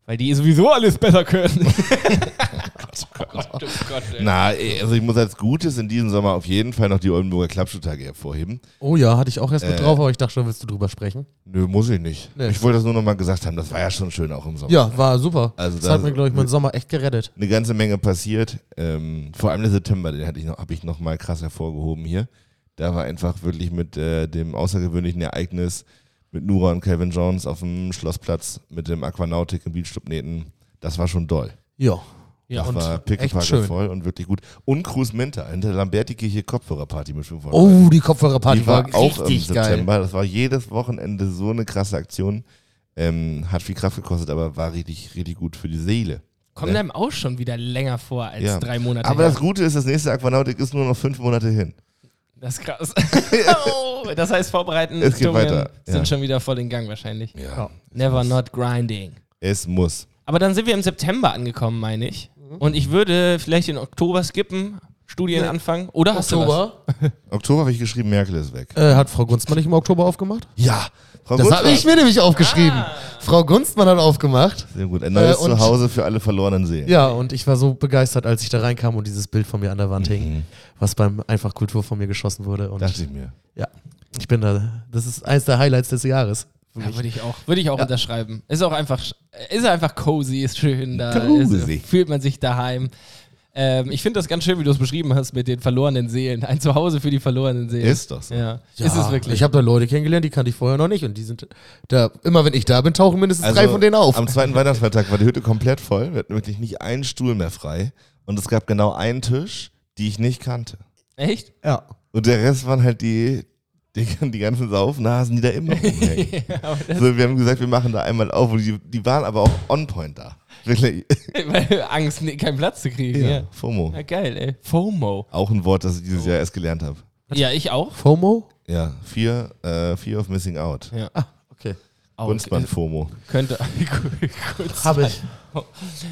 C: Weil die sowieso alles besser können. Oh Gott, oh Gott, ey.
D: Na, eh, also ich muss als Gutes in diesem Sommer auf jeden Fall noch die Oldenburger Klappschuhtage hervorheben.
A: Oh ja, hatte ich auch erst
D: Äh.
A: mit drauf, aber ich dachte schon, willst du drüber sprechen?
D: Nö, muss ich nicht.
A: Nee.
D: Ich wollte das nur nochmal gesagt haben, das war ja schon schön auch im Sommer.
A: Ja, war super.
D: Also
A: das
D: da-
A: hat mir, glaube ich, meinen Sommer echt gerettet.
D: Eine ganze Menge passiert. Ähm, vor allem der September, den hatte ich noch, habe ich noch mal krass hervorgehoben hier. Da war einfach wirklich mit äh, dem außergewöhnlichen Ereignis mit Nura und Calvin Jones auf dem Schlossplatz mit dem Aquanautik im Beachstubneten. Das war schon doll.
A: Ja.
C: Ja,
D: das
A: und
D: war
A: echt schön.
D: voll und wirklich gut. Und Cruz Minter in der Lamberti-Kirche Kopfhörerparty mit 500 Leuten.
A: Oh, die Kopfhörerparty
D: Die war, auch im
A: richtig geil.
D: September. Das war jedes Wochenende so eine krasse Aktion. Ähm, hat viel Kraft gekostet, aber war richtig, richtig gut für die Seele.
C: Kommt einem auch schon wieder länger vor als
D: Ja.
C: drei Monate.
D: Aber
C: her.
D: das Gute ist, das nächste Aquanautik ist nur noch fünf Monate hin.
C: Das
D: [LAUGHS]
C: ist krass. [LAUGHS] oh, das heißt, vorbereiten
D: Es geht
C: Tungen
D: weiter, ja.
C: sind schon wieder voll in Gang wahrscheinlich.
D: Ja.
C: Never not grinding.
D: Es muss.
C: Aber dann sind wir im September angekommen, meine ich.
D: Mhm.
C: Und ich würde vielleicht den Oktober skippen, Studien anfangen. Oder hast du was?
A: Oktober.
D: Oktober habe ich geschrieben, Merkel ist weg.
A: Äh, hat Frau Gunstmann nicht im Oktober aufgemacht?
D: Ja. Frau
A: Das habe
D: Gutmann.
A: ich mir nämlich aufgeschrieben. Frau Gunstmann hat aufgemacht.
D: Sehr gut. Ein neues
A: Äh, und-
D: Zuhause für alle verlorenen Seelen.
A: Ja, und ich war so begeistert, als ich da reinkam und dieses Bild von mir an der Wand
D: Mhm.
A: hing, was beim Einfach Kultur von mir geschossen wurde. Und
D: Dachte ich mir.
A: ja, ich bin da. Das ist eins der Highlights des Jahres.
C: Ja, würde ich auch, würde ich auch unterschreiben. Ist auch einfach, sch- ist einfach cozy, ist schön da.
D: Cozy.
C: Ist, fühlt man sich daheim. Ähm, ich finde das ganz schön, wie du es beschrieben hast mit den verlorenen Seelen. Ein Zuhause für die verlorenen Seelen.
D: Ist das.
C: Ja. Ist es wirklich.
A: Ich habe da Leute kennengelernt, die kannte ich vorher noch nicht. Und die sind da, immer wenn ich da bin, tauchen mindestens drei von denen auf.
D: Also Am zweiten Weihnachtsfeiertag war die Hütte komplett voll. Wir hatten wirklich nicht einen Stuhl mehr frei. Und es gab genau einen Tisch, die ich nicht kannte.
C: Echt? [LAUGHS]
A: Ja.
D: Und der Rest waren halt die, die, die ganzen Saufnasen, die da immer rumhängen.
C: Ja, aber das,
D: so, wir haben gesagt, wir machen da einmal auf. Und die, die waren aber auch on point da. Wirklich. [LAUGHS]
C: weil Angst, nee, keinen Platz zu kriegen.
D: Ja.
C: Ja.
D: FOMO.
C: ja, geil, ey. FOMO.
D: Auch ein Wort, das ich dieses Jahr erst gelernt habe.
C: Ja, ich auch.
A: FOMO?
D: Ja, Fear, äh, Fear of Missing Out.
C: Ja.
A: Okay.
C: Ah, Auch.
D: Kunstmann-FOMO.
C: [LAUGHS] Könnte. kurz
A: Habe ich.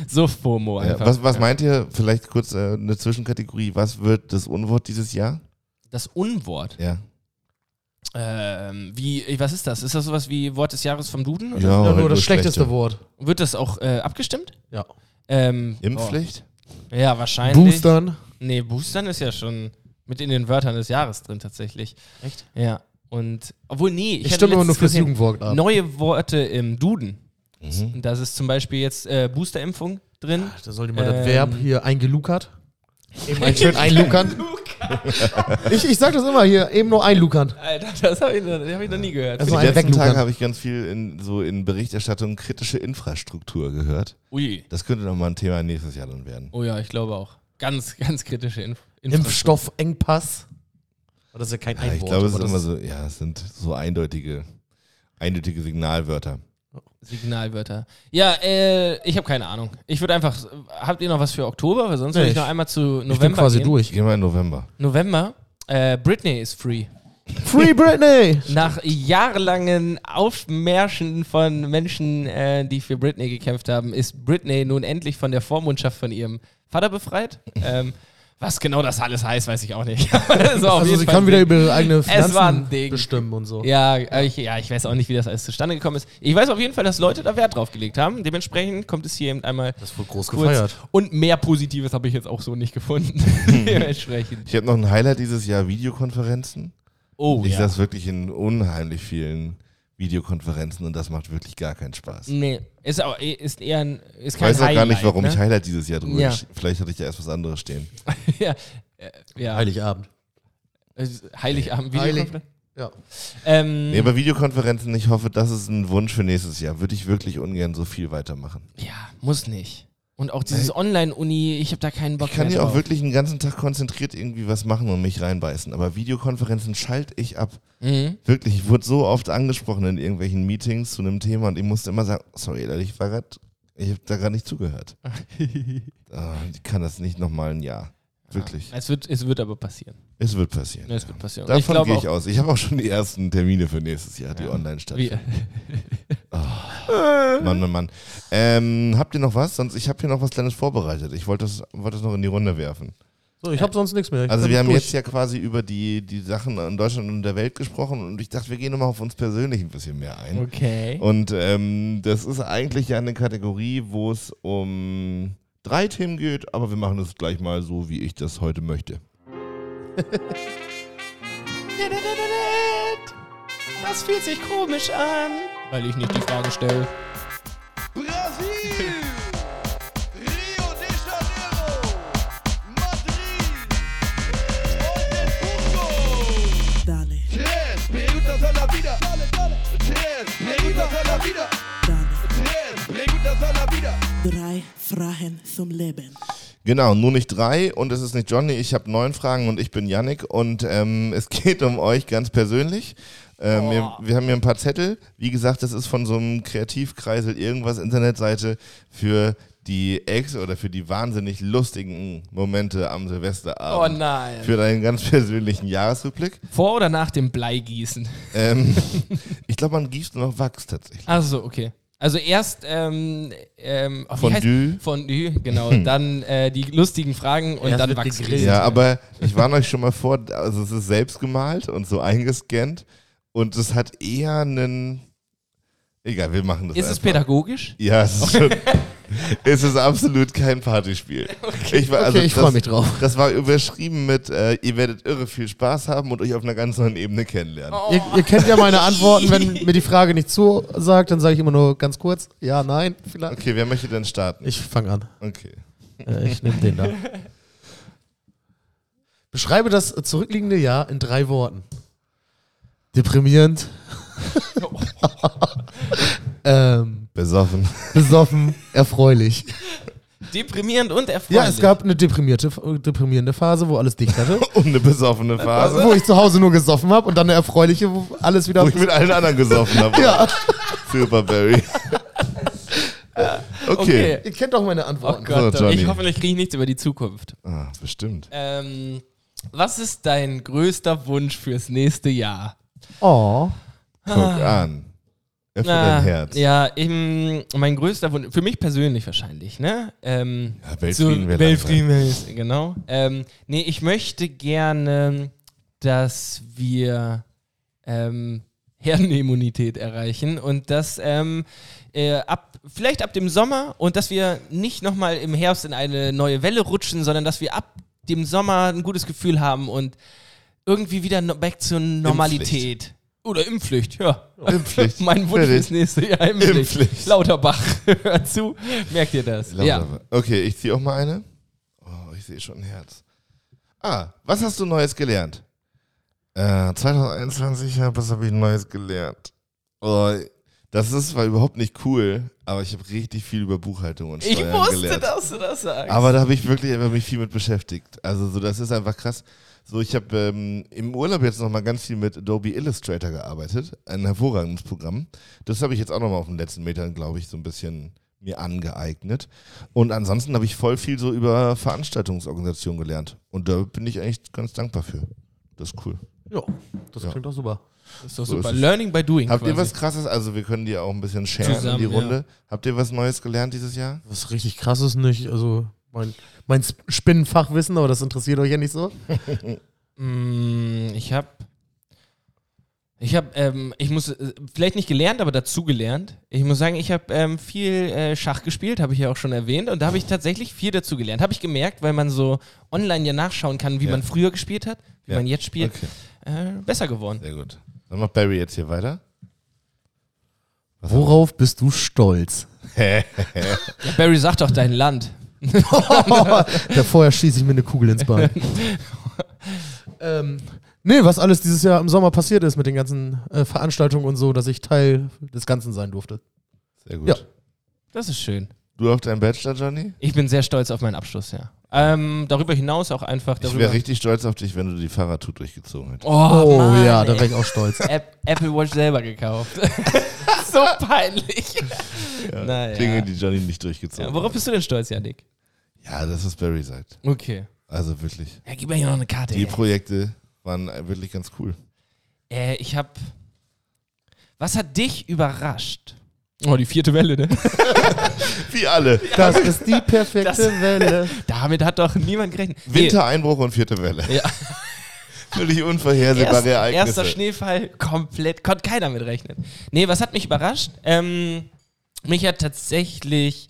C: So FOMO
D: Ja,
C: einfach.
D: was was meint ihr, vielleicht kurz äh, eine Zwischenkategorie, was wird das Unwort dieses Jahr?
C: das Unwort.
D: Ja,
C: Ähm, wie, was ist das? Ist das sowas wie Wort des Jahres vom Duden? Oder?
A: Ja,
D: oder
A: nur das
D: Oh, halt Schlechte.
A: schlechteste Wort.
C: Wird das auch äh, abgestimmt?
A: Ja.
C: Ähm,
D: Impfpflicht?
C: boah. Ja, wahrscheinlich.
A: Boostern.
C: Nee, Boostern ist ja schon mit in den Wörtern des Jahres drin tatsächlich.
A: Echt?
C: Ja. Und, obwohl, nee.
A: Ich
C: hatte
A: stimme immer nur
C: letztens
A: fürs
C: gesehen,
A: Jugendwort ab.
C: Neue Worte im Duden.
D: Mhm.
C: Und Da ist zum Beispiel jetzt äh, Boosterimpfung drin.
A: Da sollte mal
C: Ähm.
A: das Verb hier eingelukert. Eben ein schön einlukern. ich, ich sag das immer hier, eben nur einlukern.
C: Alter, das habe ich, noch- das hab ich noch nie gehört.
A: Also
D: Die
A: ein
D: letzten
A: Weglukern.
D: Tage habe ich ganz viel in, so in Berichterstattung kritische Infrastruktur gehört.
C: Ui.
D: Das könnte nochmal ein Thema nächstes Jahr dann werden.
C: Oh ja, ich glaube auch. Ganz, ganz kritische Inf Infrastruktur.
A: Impfstoffengpass. Aber Das ist ja kein
D: Ja,
A: Einwort.
D: ich glaube, es
C: oh,
D: ist
A: aber
D: immer
A: das-
D: so, ja, es sind so eindeutige, eindeutige Signalwörter.
C: Signalwörter. Ja, äh, ich habe keine Ahnung. Ich würde einfach. Habt ihr noch was für Oktober? Weil sonst
A: Nee,
C: würde ich
A: ich-
C: noch einmal zu November.
A: Ich bin quasi
C: gehen.
D: Ich
A: durch.
D: gehe mal in November.
C: November. Äh, Britney ist free.
A: Free Britney!
C: Nach jahrelangen Aufmärschen von Menschen, äh, die für Britney gekämpft haben, ist Britney nun endlich von der Vormundschaft von ihrem Vater befreit. Ähm, was genau das alles heißt, weiß ich auch nicht. [LAUGHS] also,
A: Also sie kann wieder über ihre eigene Finanzen
C: war ein Ding.
A: bestimmen und so.
C: Ja, äh, ich, ja, ich weiß auch nicht, wie das alles zustande gekommen ist. Ich weiß auf jeden Fall, dass Leute da Wert drauf gelegt haben. Dementsprechend kommt es hier eben einmal
A: Das wurde groß
C: kurz. Und mehr Positives habe ich jetzt auch so
D: [LAUGHS]
C: nicht gefunden. [LAUGHS] Dementsprechend.
D: Ich habe noch ein Highlight dieses Jahr, Videokonferenzen.
C: Oh,
D: ich
C: ja.
D: saß wirklich in unheimlich vielen Videokonferenzen und das macht wirklich gar keinen Spaß.
C: Nee, ist, auch, ist eher ein.
D: Ich
C: Ist Hm, kein
D: weiß auch
C: Highlight,
D: gar nicht, warum
C: ne? [LAUGHS]
D: ich Highlight dieses Jahr drüber
C: Ja. Hm.
D: gesch- Vielleicht hatte ich ja erst was anderes stehen.
C: ja. Äh, ja.
A: Heiligabend.
C: Es ist Heiligabend,
A: Heilig.
C: Videokonferenz.
A: Ja.
C: Ähm,
D: Nee, aber Videokonferenzen, ich hoffe, das ist ein Wunsch für nächstes Jahr. Würde ich wirklich ungern so viel weitermachen.
C: ja, muss nicht. Und auch dieses Online-Uni, ich habe da keinen Bock
D: Ich kann
C: mehr
D: ja auch
C: drauf.
D: wirklich den ganzen Tag konzentriert irgendwie was machen und mich reinbeißen. Aber Videokonferenzen schalte ich ab.
C: Mhm.
D: Wirklich, ich wurde so oft angesprochen in irgendwelchen Meetings zu einem Thema und ich musste immer sagen, sorry, Alter, ich war grad, ich habe da gerade nicht zugehört.
C: Mhm.
D: [LAUGHS] Ah, Ich kann das nicht nochmal ein Jahr. Wirklich.
C: Es wird, es wird aber passieren.
D: Es wird passieren.
C: Es wird passieren. Und
D: Davon
C: glaube
D: gehe
C: auch-
D: ich aus. Ich habe auch schon die ersten Termine für nächstes Jahr, die online
C: Wie, [LAUGHS]
D: stattfinden. Mann, oh Mann, Mann. Ähm, habt ihr noch was? Sonst, ich habe hier noch was Kleines vorbereitet. Ich wollte das, wollte das noch in die Runde werfen.
A: So, ich habe sonst nichts mehr. Ich
D: Also
A: bin
D: wir haben
A: durch.
D: jetzt ja quasi über die, die Sachen in Deutschland und der Welt gesprochen und ich dachte, wir gehen nochmal auf uns persönlich ein bisschen mehr ein.
C: okay.
D: Und ähm, das ist eigentlich ja eine Kategorie, wo es um drei Themen geht, aber wir machen das gleich mal so, wie ich das heute möchte.
C: Das fühlt sich komisch an. Weil ich nicht die Frage stelle.
B: Brasil! Rio de Janeiro! Madrid! Oldenburgo!
E: Dale,
B: Tres preguntas a la vida. Tres preguntas a la vida.
E: dale.
B: Tres preguntas a la vida.
E: Drei Fragen zum Leben.
D: Genau, nur nicht drei und es ist nicht Johnny. Ich habe neun Fragen und ich bin Yannick und ähm, [LAUGHS] es geht um euch ganz persönlich. Ähm,
C: Oh.
D: wir, wir haben hier ein paar Zettel. Wie gesagt, das ist von so einem Kreativkreisel irgendwas Internetseite für die Ex oder für die wahnsinnig lustigen Momente am
C: Oh
D: Silvesterabend.
C: nein.
D: Für deinen ganz [LAUGHS] persönlichen Jahresrückblick.
C: Vor oder nach dem Bleigießen?
D: Ähm, [LAUGHS] ich glaube, man gießt nur noch Wachs tatsächlich.
C: Achso, okay. Also erst ähm, ähm, oh, wie heißt-
D: Fondue.
C: Fondue, genau. Dann äh, die lustigen Fragen und
A: Erst
C: dann
A: wird
C: Wachsgrillen.
A: gegrillt.
D: Ja, aber ich warne euch schon mal vor, also es ist selbst gemalt und so eingescannt und es hat eher einen. Egal, wir machen das.
C: Ist es
D: erstmal.
C: pädagogisch?
D: Ja, es ist schon. [LAUGHS] es ist absolut kein Partyspiel. Ich, war- also
A: Okay, ich
D: das-
A: freu mich drauf.
D: Das war überschrieben mit, äh, ihr werdet irre viel Spaß haben und euch auf einer ganz neuen Ebene kennenlernen.
A: Ihr, ihr kennt ja meine Antworten, wenn mir die Frage nicht zusagt, dann sage ich immer nur ganz kurz, ja, nein, vielleicht.
D: Okay, wer möchte denn starten?
A: Ich fange an.
D: Okay.
A: Äh, ich nehme den da. Beschreibe das zurückliegende Jahr in drei Worten. Deprimierend. [LAUGHS] ähm,
D: Besoffen. [LAUGHS]
A: besoffen, erfreulich.
C: Deprimierend und erfreulich.
A: Ja, es gab eine deprimierte, deprimierende Phase, wo alles dicht [LAUGHS] hatte.
D: Um eine besoffene Phase,
A: wo ich zu Hause nur gesoffen habe und dann eine erfreuliche, Also wo alles wieder.
D: wo ich mit allen anderen gesoffen
A: [LAUGHS]
D: habe.
A: ja, [LAUGHS]
D: Super Barry. [LAUGHS] Okay.
C: Okay.
A: ihr kennt doch meine
C: Oh
A: Antworten.
C: Gott,
D: So, Johnny.
C: ich hoffentlich kriege ich nichts über die Zukunft.
D: Ah, bestimmt.
C: Ähm, was ist dein größter Wunsch fürs nächste Jahr?
A: Oh.
D: Guck an. Öffne
C: Na,
D: dein Herz.
C: Ah. Ja, im, mein größter Wunsch, für mich persönlich wahrscheinlich, ne? Ähm,
D: Ja, Weltfrieden
C: so-
D: wäre
C: Weltfrieden wäre- genau. Ähm, nee, ich möchte gerne, dass wir ähm, Herdenimmunität erreichen und dass ähm, äh, ab, vielleicht ab dem Sommer und dass wir nicht nochmal im Herbst in eine neue Welle rutschen, sondern dass wir ab dem Sommer ein gutes Gefühl haben und irgendwie wieder no back zur Normalität. Oder Impfpflicht, ja.
D: Impfpflicht.
C: [LAUGHS] mein Wunsch
D: Fertig.
C: fürs nächste Jahr Impfpflicht.
D: Impfpflicht.
C: Lauterbach, [LAUGHS] hör zu, merkt ihr das?
D: Laut
C: ja.
D: aber. Okay, ich ziehe auch mal eine. Oh, ich sehe schon ein Herz. Ah, was hast du Neues gelernt? Äh, 2021, ja, was habe ich Neues gelernt? Oh, das ist zwar überhaupt nicht cool, aber ich habe richtig viel über Buchhaltung und
C: Ich
D: Steuern
C: wusste,
D: gelernt.
C: dass du das sagst.
D: Aber da habe ich wirklich einfach mich viel mit beschäftigt. Also so, das ist einfach krass. So, ich habe ähm, im Urlaub jetzt nochmal ganz viel mit Adobe Illustrator gearbeitet. Ein hervorragendes Programm. Das habe ich jetzt auch nochmal auf den letzten Metern, glaube ich, so ein bisschen mir angeeignet. Und ansonsten habe ich voll viel so über Veranstaltungsorganisation gelernt. Und da bin ich eigentlich ganz dankbar für. Das ist cool.
A: Ja, das
D: Ja.
A: klingt doch super.
C: das ist doch
D: so
C: super.
D: ist es.
C: Learning by doing.
D: Habt ihr
C: quasi.
D: was krasses? Also wir können die auch ein bisschen sharen in
C: Zusammen,
D: die
C: ja.
D: Runde. Habt ihr was Neues gelernt dieses Jahr?
A: Was richtig krasses nicht. Also mein, mein Sp- Spinnenfachwissen, aber das interessiert euch ja nicht so.
C: Mm, Ich habe, ich habe, ähm, ich muss, äh, vielleicht nicht gelernt, aber dazugelernt. Ich muss sagen, ich habe ähm, viel äh, Schach gespielt, habe ich ja auch schon erwähnt, und da habe ich tatsächlich viel dazu gelernt. Habe ich gemerkt, weil man so online ja nachschauen kann, wie
D: Ja.
C: man früher gespielt hat, wie
D: Ja.
C: man jetzt spielt,
D: Okay.
C: äh, besser geworden.
D: Sehr gut. Dann macht Barry jetzt hier weiter. Was
A: Worauf bist du [LAUGHS] stolz?
C: Ja, Barry, sag doch dein Land.
A: Da vorher schieße ich mir eine Kugel ins Bein. [LAUGHS] ähm, nee, was alles dieses Jahr im Sommer passiert ist mit den ganzen äh, Veranstaltungen und so, dass ich Teil des Ganzen sein durfte.
D: Sehr gut.
A: Ja.
C: Das ist schön.
D: Du auf deinen Bachelor, Johnny?
C: Ich bin sehr stolz auf meinen Abschluss, ja. Ähm, darüber hinaus auch einfach
D: Ich
C: darüber.
D: wäre richtig stolz auf dich, wenn du die Fahrradtour durchgezogen hättest.
C: oh,
A: Oh
C: Mann,
A: ja, da
C: ey.
A: wäre ich auch stolz.
C: App Apple Watch selber gekauft. [LAUGHS] so peinlich. naja.
D: Dinge, die Johnny nicht durchgezogen
C: Ja,
D: hat.
C: worauf bist du denn stolz, Janik?
D: Ja, das ist Barry sagt.
C: Okay.
D: Also wirklich.
C: Ja, gib mir hier noch eine Karte.
D: Die
C: ey.
D: Projekte waren äh, wirklich ganz cool.
C: [LAUGHS] Äh, ich hab. Was hat dich überrascht? Oh, die vierte Welle, ne?
D: Wie alle.
A: [LAUGHS] Das ist die perfekte
C: Das-
A: Welle.
C: Damit hat doch niemand gerechnet. Nee,
D: Wintereinbruch und vierte Welle.
C: Ja.
D: [LAUGHS] Völlig unvorhersehbare
C: Erst,
D: Ereignisse.
C: erster Schneefall, komplett, konnte keiner mit rechnen. Nee, was hat mich überrascht? Ähm, mich hat tatsächlich.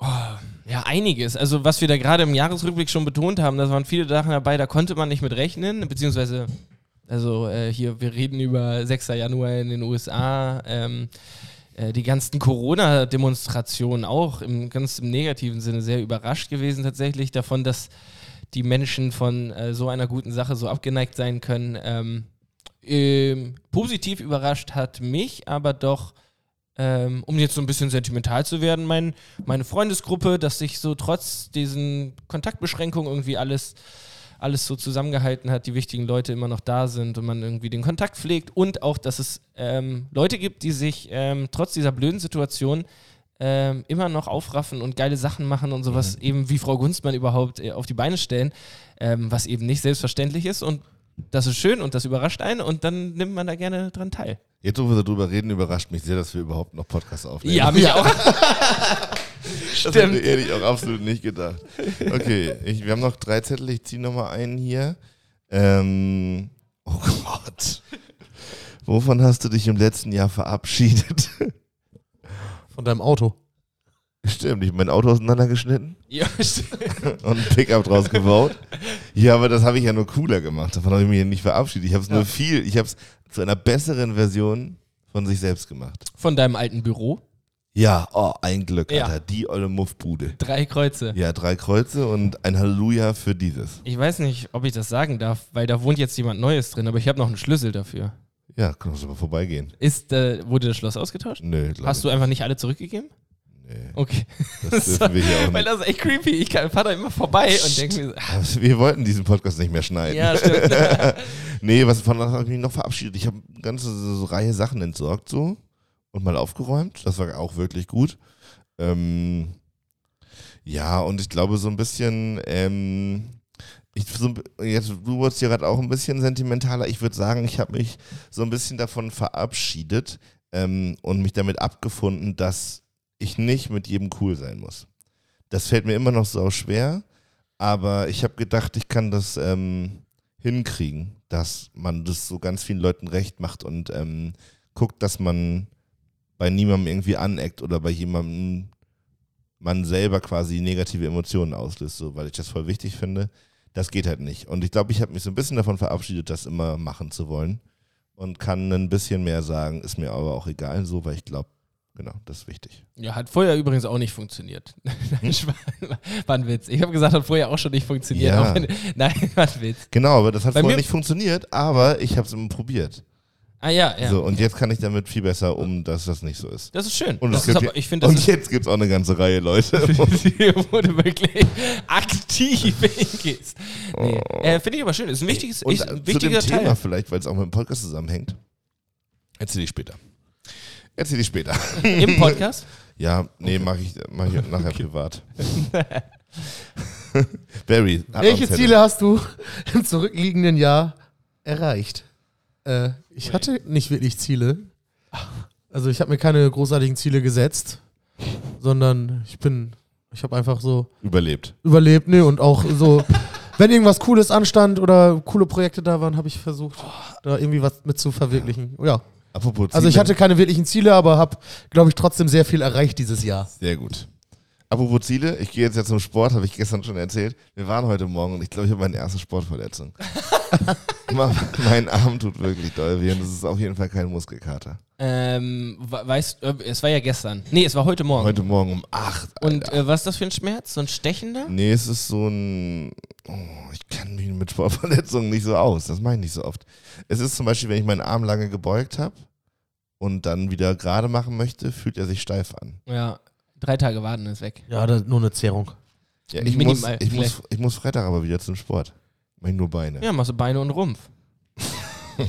C: Oh, Ja, einiges. Also, was wir da gerade im Jahresrückblick schon betont haben, da waren viele Sachen dabei, da konnte man nicht mit rechnen, beziehungsweise, also äh, hier, wir reden über 6. Januar in den USA, ähm, äh, die ganzen Corona-Demonstrationen auch im ganz im negativen Sinne sehr überrascht gewesen tatsächlich davon, dass die Menschen von äh, so einer guten Sache so abgeneigt sein können. Ähm, ähm, positiv überrascht hat mich aber doch ähm, um jetzt so ein bisschen sentimental zu werden, mein, meine Freundesgruppe, dass sich so trotz diesen Kontaktbeschränkungen irgendwie alles, alles so zusammengehalten hat, die wichtigen Leute immer noch da sind und man irgendwie den Kontakt pflegt und auch, dass es ähm, Leute gibt, die sich ähm, trotz dieser blöden Situation ähm, immer noch aufraffen und geile Sachen machen und sowas, eben wie Frau Gunstmann überhaupt äh, auf die Beine stellen, ähm, was eben nicht selbstverständlich ist und das ist schön und das überrascht einen und dann nimmt man da gerne dran teil.
D: Jetzt, wo wir darüber reden, überrascht mich sehr, dass wir überhaupt noch Podcasts aufnehmen.
C: mich auch.
D: das hätte ich ehrlich auch absolut nicht gedacht. Okay, ich, wir haben noch drei Zettel, ich ziehe nochmal einen hier. Ähm, oh Gott. Wovon hast du dich im letzten Jahr verabschiedet?
A: [LAUGHS] Von deinem Auto.
D: Stimmt, ich hab mein Auto auseinandergeschnitten
C: Ja, stimmt.
D: und ein Pickup draus gebaut. Ja, aber das habe ich ja nur cooler gemacht. Davon habe ich mich ja nicht verabschiedet. Ich habe es nur viel, ich habe es zu einer besseren Version von sich selbst gemacht.
C: Von deinem alten Büro?
D: Ja, oh, ein Glück,
C: Ja.
D: Alter. Die olle Muffbude.
C: Drei Kreuze.
D: Ja, drei Kreuze und ein Halleluja für dieses.
C: Ich weiß nicht, ob ich das sagen darf, weil da wohnt jetzt jemand Neues drin, aber ich habe noch einen Schlüssel dafür.
D: Ja, können wir mal vorbeigehen.
C: Ist, äh, wurde das Schloss ausgetauscht?
D: Nö, glaub
C: Hast du einfach nicht alle zurückgegeben?
D: Nee.
C: Okay.
D: ich. Das dürfen wir [LAUGHS] hier auch
C: [LAUGHS] Weil
D: nicht.
C: das ist echt creepy. Ich kann- fahr da immer vorbei und denke mir, so, ach,
D: Also, Wir wollten diesen Podcast nicht mehr schneiden.
C: ja, stimmt.
D: [LAUGHS] Nee, was von was habe ich mich noch verabschiedet? Ich habe eine ganze so Reihe Sachen entsorgt so und mal aufgeräumt. Das war auch wirklich gut. Ähm, ja, und ich glaube so ein bisschen, ähm, ich, so, ein bi- jetzt, du wurdest ja gerade auch ein bisschen sentimentaler. Ich würde sagen, ich habe mich so ein bisschen davon verabschiedet ähm, und mich damit abgefunden, dass ich nicht mit jedem cool sein muss. Das fällt mir immer noch so schwer, aber ich habe gedacht, ich kann das... Ähm, hinkriegen, dass man das so ganz vielen Leuten recht macht und ähm, guckt, dass man bei niemandem irgendwie aneckt oder bei jemandem man selber quasi negative Emotionen auslöst, so, weil ich das voll wichtig finde. Das geht halt nicht. Und ich glaube, ich habe mich so ein bisschen davon verabschiedet, das immer machen zu wollen und kann ein bisschen mehr sagen, ist mir aber auch egal so, weil ich glaube, genau, das ist wichtig.
C: Ja, hat vorher übrigens auch nicht funktioniert. [LAUGHS]
D: Hm?
C: Nein, Spaß. war ein Witz. Ich habe gesagt, hat vorher auch schon nicht funktioniert.
D: Ja.
C: auch wenn- Nein, [LAUGHS] war ein Witz.
D: Genau, aber das hat
C: Bei
D: vorher
C: mir-
D: nicht funktioniert, aber ich habe es immer probiert.
C: Ah ja, ja.
D: So, und jetzt kann ich damit viel besser um, dass das nicht so ist.
C: Das ist schön.
D: Und,
C: das
D: es
C: ist
D: gibt
C: aber,
D: ja-
C: ich finde, das
D: und
C: ist
D: jetzt gibt es auch eine ganze Reihe Leute.
C: [LAUGHS] Hier wurde wirklich aktiv hingehst. Nee. Äh, Finde ich aber schön. Ist ein wichtiges,
D: Oh. und
C: ist
D: zu
C: ein
D: dem
C: wichtiger Teil.
D: Thema vielleicht, weil es auch mit dem Podcast zusammenhängt. Erzähl ich später. Erzähl ich später.
C: Im Podcast.
D: Ja, nee, mache ich, mach
C: [LAUGHS]
D: ich nachher privat. Barry, hat noch einen
A: Welche
D: Zettel.
A: Ziele hast du im zurückliegenden Jahr erreicht? Äh, ich hatte nicht wirklich Ziele. Also ich habe mir keine großartigen Ziele gesetzt, sondern ich bin, ich habe einfach so
D: Überlebt.
A: überlebt, ne, und auch [LAUGHS] so, wenn irgendwas Cooles anstand oder coole Projekte da waren, habe ich versucht, da irgendwie was mit zu verwirklichen. Ja,
D: Apropos Ziele.
A: also ich hatte keine wirklichen Ziele, aber habe, glaube ich, trotzdem sehr viel erreicht dieses Jahr.
D: Sehr gut. Apropos Ziele, ich gehe jetzt ja zum Sport, habe ich gestern schon erzählt. Wir waren heute Morgen und ich glaube, ich habe meine erste
A: [LAUGHS]
D: Sportverletzung. Ma- mein Arm tut wirklich doll weh und es ist auf jeden Fall kein Muskelkater.
C: Ähm, we- weißt, äh, es war ja gestern. Nee, es war heute Morgen.
D: Heute Morgen um 8.
C: Und äh, was ist das für ein Schmerz? So ein stechender?
D: Nee, es ist so ein. Oh, ich kann mich mit Sportverletzungen nicht so aus. Das mache ich nicht so oft. Es ist zum Beispiel, wenn ich meinen Arm lange gebeugt habe und dann wieder gerade machen möchte, fühlt er sich steif an.
C: Ja. Drei Tage warten ist weg.
A: Ja, da, nur eine Zehrung.
D: Ja, ich,
C: Minimal
D: muss, ich, muss, ich muss Freitag aber wieder zum Sport. Mach ich nur Beine.
C: Ja, machst du Beine und Rumpf.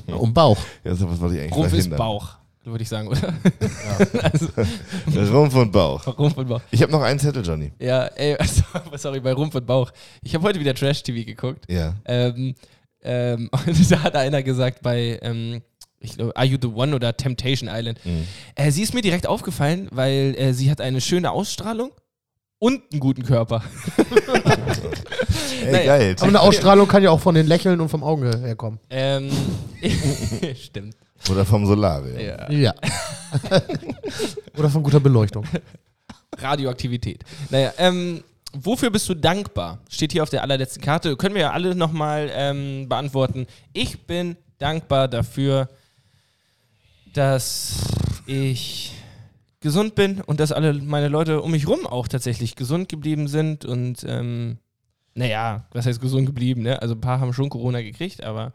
A: Und Bauch.
D: Ja, das ist was, was ich eigentlich
C: Rumpf ist
D: verhindern.
C: Bauch, würde ich sagen, oder? [LAUGHS]
D: Rumpf und Bauch.
C: Rumpf und Bauch.
D: Ich habe noch einen Zettel, Johnny.
C: Ja, ey, [LAUGHS] also, sorry, bei Rumpf und Bauch. Ich habe heute wieder Trash-TV geguckt.
D: Ja.
C: Ähm, ähm, [LAUGHS] und da hat einer gesagt bei, ähm, ich glaube, Are You the One oder Temptation Island. Äh, sie ist mir direkt aufgefallen, weil äh, sie hat eine schöne Ausstrahlung und einen guten Körper.
D: Ey,
C: Naja.
D: geil.
A: Aber eine Ausstrahlung kann ja auch von den Lächeln und vom Auge herkommen.
C: Ähm, [LAUGHS] stimmt.
A: [LAUGHS]
D: Oder vom Solarium.
C: Ja.
A: Ja. Oder von guter Beleuchtung.
C: Radioaktivität. Naja, ähm, wofür bist du dankbar? Steht hier auf der allerletzten Karte. Können wir ja alle nochmal ähm, beantworten. Ich bin dankbar dafür, dass ich gesund bin und dass alle meine Leute um mich rum auch tatsächlich gesund geblieben sind und ähm, naja, was heißt gesund geblieben, ne? Also ein paar haben schon Corona gekriegt, aber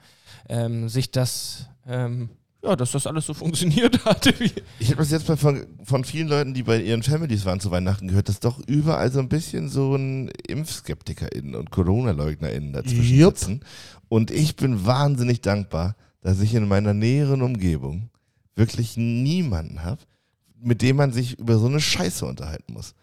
C: ähm, sich das, ähm, ja, dass das alles so funktioniert [LAUGHS] hatte. Wie
D: Ich habe das jetzt mal von, von vielen Leuten, die bei ihren Families waren zu Weihnachten gehört, dass doch überall so ein bisschen so ein ImpfskeptikerInnen und Corona-LeugnerInnen dazwischen
A: Jupp.
D: sitzen. Und ich bin wahnsinnig dankbar, dass ich in meiner näheren Umgebung wirklich niemanden habe, mit dem man sich über so eine Scheiße unterhalten muss.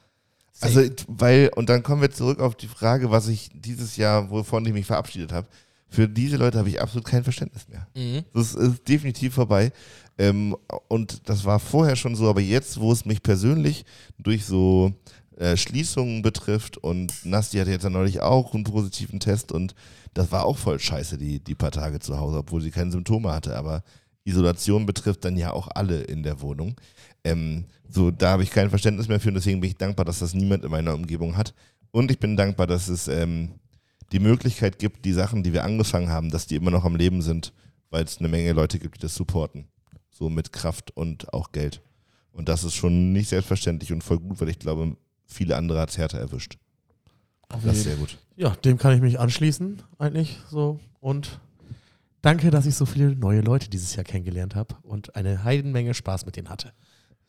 D: Also, weil, und dann kommen wir zurück auf die Frage, was ich dieses Jahr, wovon ich mich verabschiedet habe. Für diese Leute habe ich absolut kein Verständnis mehr. Das ist definitiv vorbei. Ähm, und das war vorher schon so, aber jetzt, wo es mich persönlich durch so äh, Schließungen betrifft und Nasti hatte jetzt ja neulich auch einen positiven Test und das war auch voll scheiße, die, die paar Tage zu Hause, obwohl sie keine Symptome hatte. Aber Isolation betrifft dann ja auch alle in der Wohnung. Ähm, so, da habe ich kein Verständnis mehr für und deswegen bin ich dankbar, dass das niemand in meiner Umgebung hat. Und ich bin dankbar, dass es ähm, die Möglichkeit gibt, die Sachen, die wir angefangen haben, dass die immer noch am Leben sind, weil es eine Menge Leute gibt, die das supporten. So mit Kraft und auch Geld. Und das ist schon nicht selbstverständlich und voll gut, weil ich glaube, viele andere hat es härter erwischt. Das ist sehr gut.
A: Ja, dem kann ich mich anschließen, eigentlich so. Und danke, dass ich so viele neue Leute dieses Jahr kennengelernt habe und eine Heidenmenge Spaß mit denen hatte.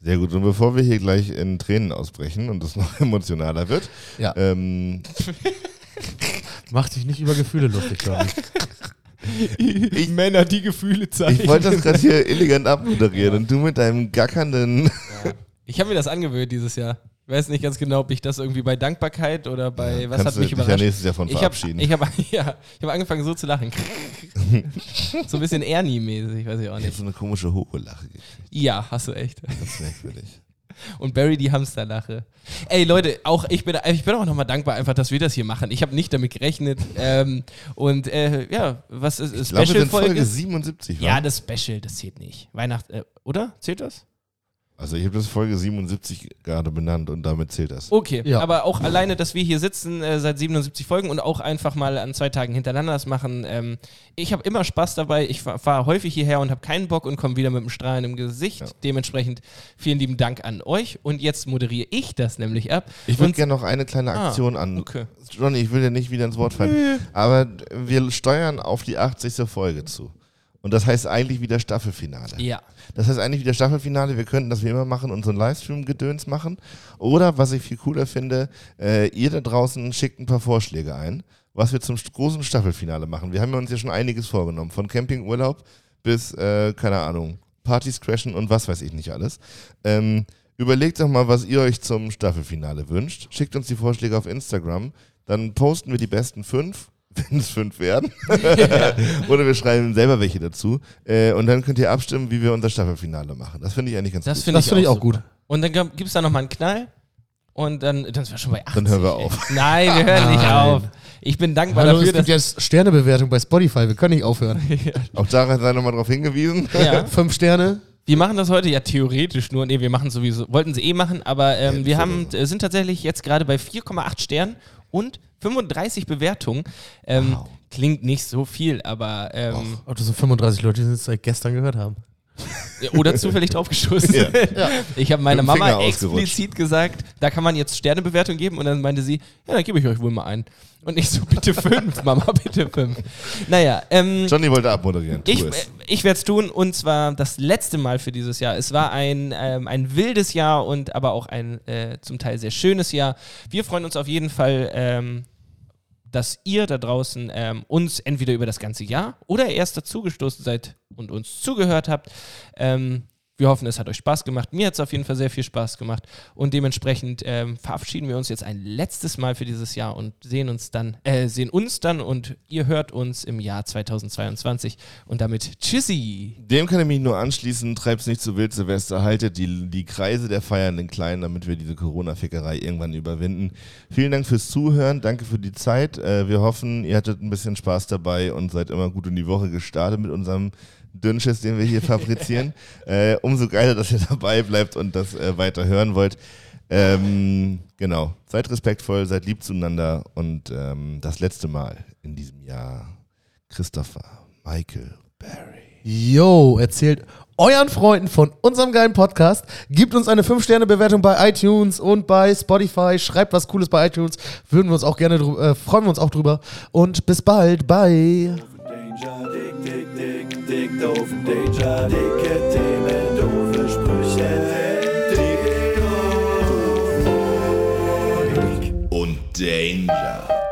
D: Sehr gut. Und bevor wir hier gleich in Tränen ausbrechen und es noch [LAUGHS] emotionaler wird,
A: Ja.
C: [LAUGHS]
D: ähm,
A: Mach dich nicht über Gefühle lustig, Johnny.
C: ich, Männer, die Gefühle zeigen.
D: ich wollte das gerade
C: [LAUGHS]
D: hier elegant abmoderieren und du mit deinem gackernden
C: Ich habe mir das angewöhnt dieses Jahr. Ich weiß nicht ganz genau, ob ich das irgendwie bei Dankbarkeit oder bei
D: [LAUGHS]
C: was
D: kannst
C: hat
D: du
C: mich
D: dich ja
C: überrascht.
D: nächstes Jahr von
C: ich habe
D: verabschieden.
C: ich hab, [LAUGHS] ja, ich hab angefangen so
D: [LAUGHS]
C: zu lachen. so ein bisschen Ernie-mäßig, weiß ich auch
D: ich habe [LAUGHS]
C: nicht.
D: so eine komische Hoho-Lache.
C: Ja, hast du echt.
D: Das ist merkwürdig.
C: [LAUGHS] Und Barry die Hamsterlache. Ey Leute, auch ich bin, ich bin auch nochmal dankbar, einfach, dass wir das hier machen. Ich habe nicht damit gerechnet. ähm, und äh, ja, was ist
D: Ich glaube, wir sind ne? Folge
C: Special-Folge?
D: 77.
C: Ja,
D: wa?
C: das Special, das zählt nicht. Weihnachten, äh, oder? Zählt das?
D: Also ich habe das Folge 77 gerade benannt und damit zählt das.
C: Okay,
A: Ja.
C: aber auch alleine, dass wir hier sitzen äh, seit 77 Folgen und auch einfach mal an zwei Tagen hintereinander das machen. Ähm, ich habe immer Spaß dabei. Ich fahre fahr häufig hierher und habe keinen Bock und komme wieder mit einem Strahlen im Gesicht.
D: Ja.
C: Dementsprechend vielen lieben Dank an euch. Und jetzt moderiere ich das nämlich ab.
D: Ich würde
C: Und-
D: gerne noch eine kleine
C: Ah,
D: Aktion an.
C: okay.
D: Johnny, ich will dir nicht wieder ins Wort fallen. Aber wir steuern auf die 80. Folge zu. Und das heißt eigentlich wieder Staffelfinale.
C: Ja.
D: Das heißt eigentlich wieder Staffelfinale. Wir könnten das wie immer machen und so ein Livestream-Gedöns machen. Oder, was ich viel cooler finde, äh, ihr da draußen schickt ein paar Vorschläge ein, was wir zum st- großen Staffelfinale machen. Wir haben ja uns ja schon einiges vorgenommen. Von Campingurlaub bis, äh, keine Ahnung, Partys crashen und was weiß ich nicht alles. Ähm, überlegt doch mal, was ihr euch zum Staffelfinale wünscht. Schickt uns die Vorschläge auf Instagram. Dann posten wir die besten fünf, [LAUGHS] wenn es fünf werden. [LAUGHS] Oder wir schreiben selber welche dazu. Äh, und dann könnt ihr abstimmen, wie wir unser Staffelfinale machen. Das finde ich eigentlich ganz
C: Das
D: gut.
C: finde
A: Das
C: ich,
A: finde ich auch
C: super.
A: gut.
C: Und dann gibt es da nochmal einen Knall. Und dann, dann sind wir schon bei 80.
D: Dann hören wir
C: ey.
D: auf.
C: Nein, wir hören nicht auf. Ich bin dankbar
A: Hallo, es
C: dafür,
A: gibt
C: dass.
A: jetzt Sternebewertung bei Spotify. Wir können nicht aufhören.
D: Auch Sarah sei nochmal darauf hingewiesen.
C: Ja.
A: Fünf Sterne.
C: Wir machen das heute ja theoretisch nur. Nee, wir machen sowieso. Wollten sie eh machen, aber ähm,
D: Ja,
C: wir
D: so.
C: haben, äh, sind tatsächlich jetzt gerade bei 4,8 Sternen und 35 Bewertungen. Ähm,
D: Wow.
C: Klingt nicht so viel, aber. Ähm,
A: Ob das Also so 35 Leute sind, die es seit gestern gehört haben.
C: äh,
D: [LAUGHS]
C: Oder zufällig draufgeschossen.
D: Ja.
C: Ich habe meiner
D: Mit dem Finger
C: Mama
D: ausgerutscht.
C: explizit gesagt, da kann man jetzt Sternebewertung geben und dann meinte sie, ja, dann gebe ich euch wohl mal einen. Und ich so, bitte fünf, [LAUGHS] Mama, bitte fünf. Naja, ähm,
D: Johnny wollte abmoderieren. Tu
C: ich,
D: es.
C: ich werde es tun und zwar das letzte Mal für dieses Jahr. Es war ein, ähm, ein wildes Jahr und aber auch ein äh, zum Teil sehr schönes Jahr. Wir freuen uns auf jeden Fall, ähm, dass ihr da draußen ähm, uns entweder über das ganze Jahr oder erst dazugestoßen seid und uns zugehört habt. Ähm, wir hoffen, es hat euch Spaß gemacht. Mir hat es auf jeden Fall sehr viel Spaß gemacht. Und dementsprechend ähm, verabschieden wir uns jetzt ein letztes Mal für dieses Jahr und sehen uns dann, äh, sehen uns dann und ihr hört uns im Jahr 2022. Und damit Tschüssi.
D: Dem kann ich mich nur anschließen. Treib's nicht zu wild, Silvester. Haltet die, die Kreise der Feiernden klein, damit wir diese Corona-Fickerei irgendwann überwinden. Vielen Dank fürs Zuhören. Danke für die Zeit. Äh, wir hoffen, ihr hattet ein bisschen Spaß dabei und seid immer gut in die Woche gestartet mit unserem Dünnschiss, den wir hier fabrizieren. äh, umso geiler, dass ihr dabei bleibt und das äh, weiter hören wollt. Ähm, genau. Seid respektvoll, seid lieb zueinander und ähm, das letzte Mal in diesem Jahr Christopher Michael Barry.
A: Yo, erzählt euren Freunden von unserem geilen Podcast. Gibt uns eine 5-Sterne-Bewertung bei iTunes und bei Spotify. Schreibt was Cooles bei iTunes. Würden wir uns auch gerne drü- äh, freuen wir uns auch drüber. Und bis bald. Bye.
B: Danger, dick, dick, dick, dick, doofen Danger, dicke Themen, doofe Sprüche. Dick, doof, dick.
D: Und Danger.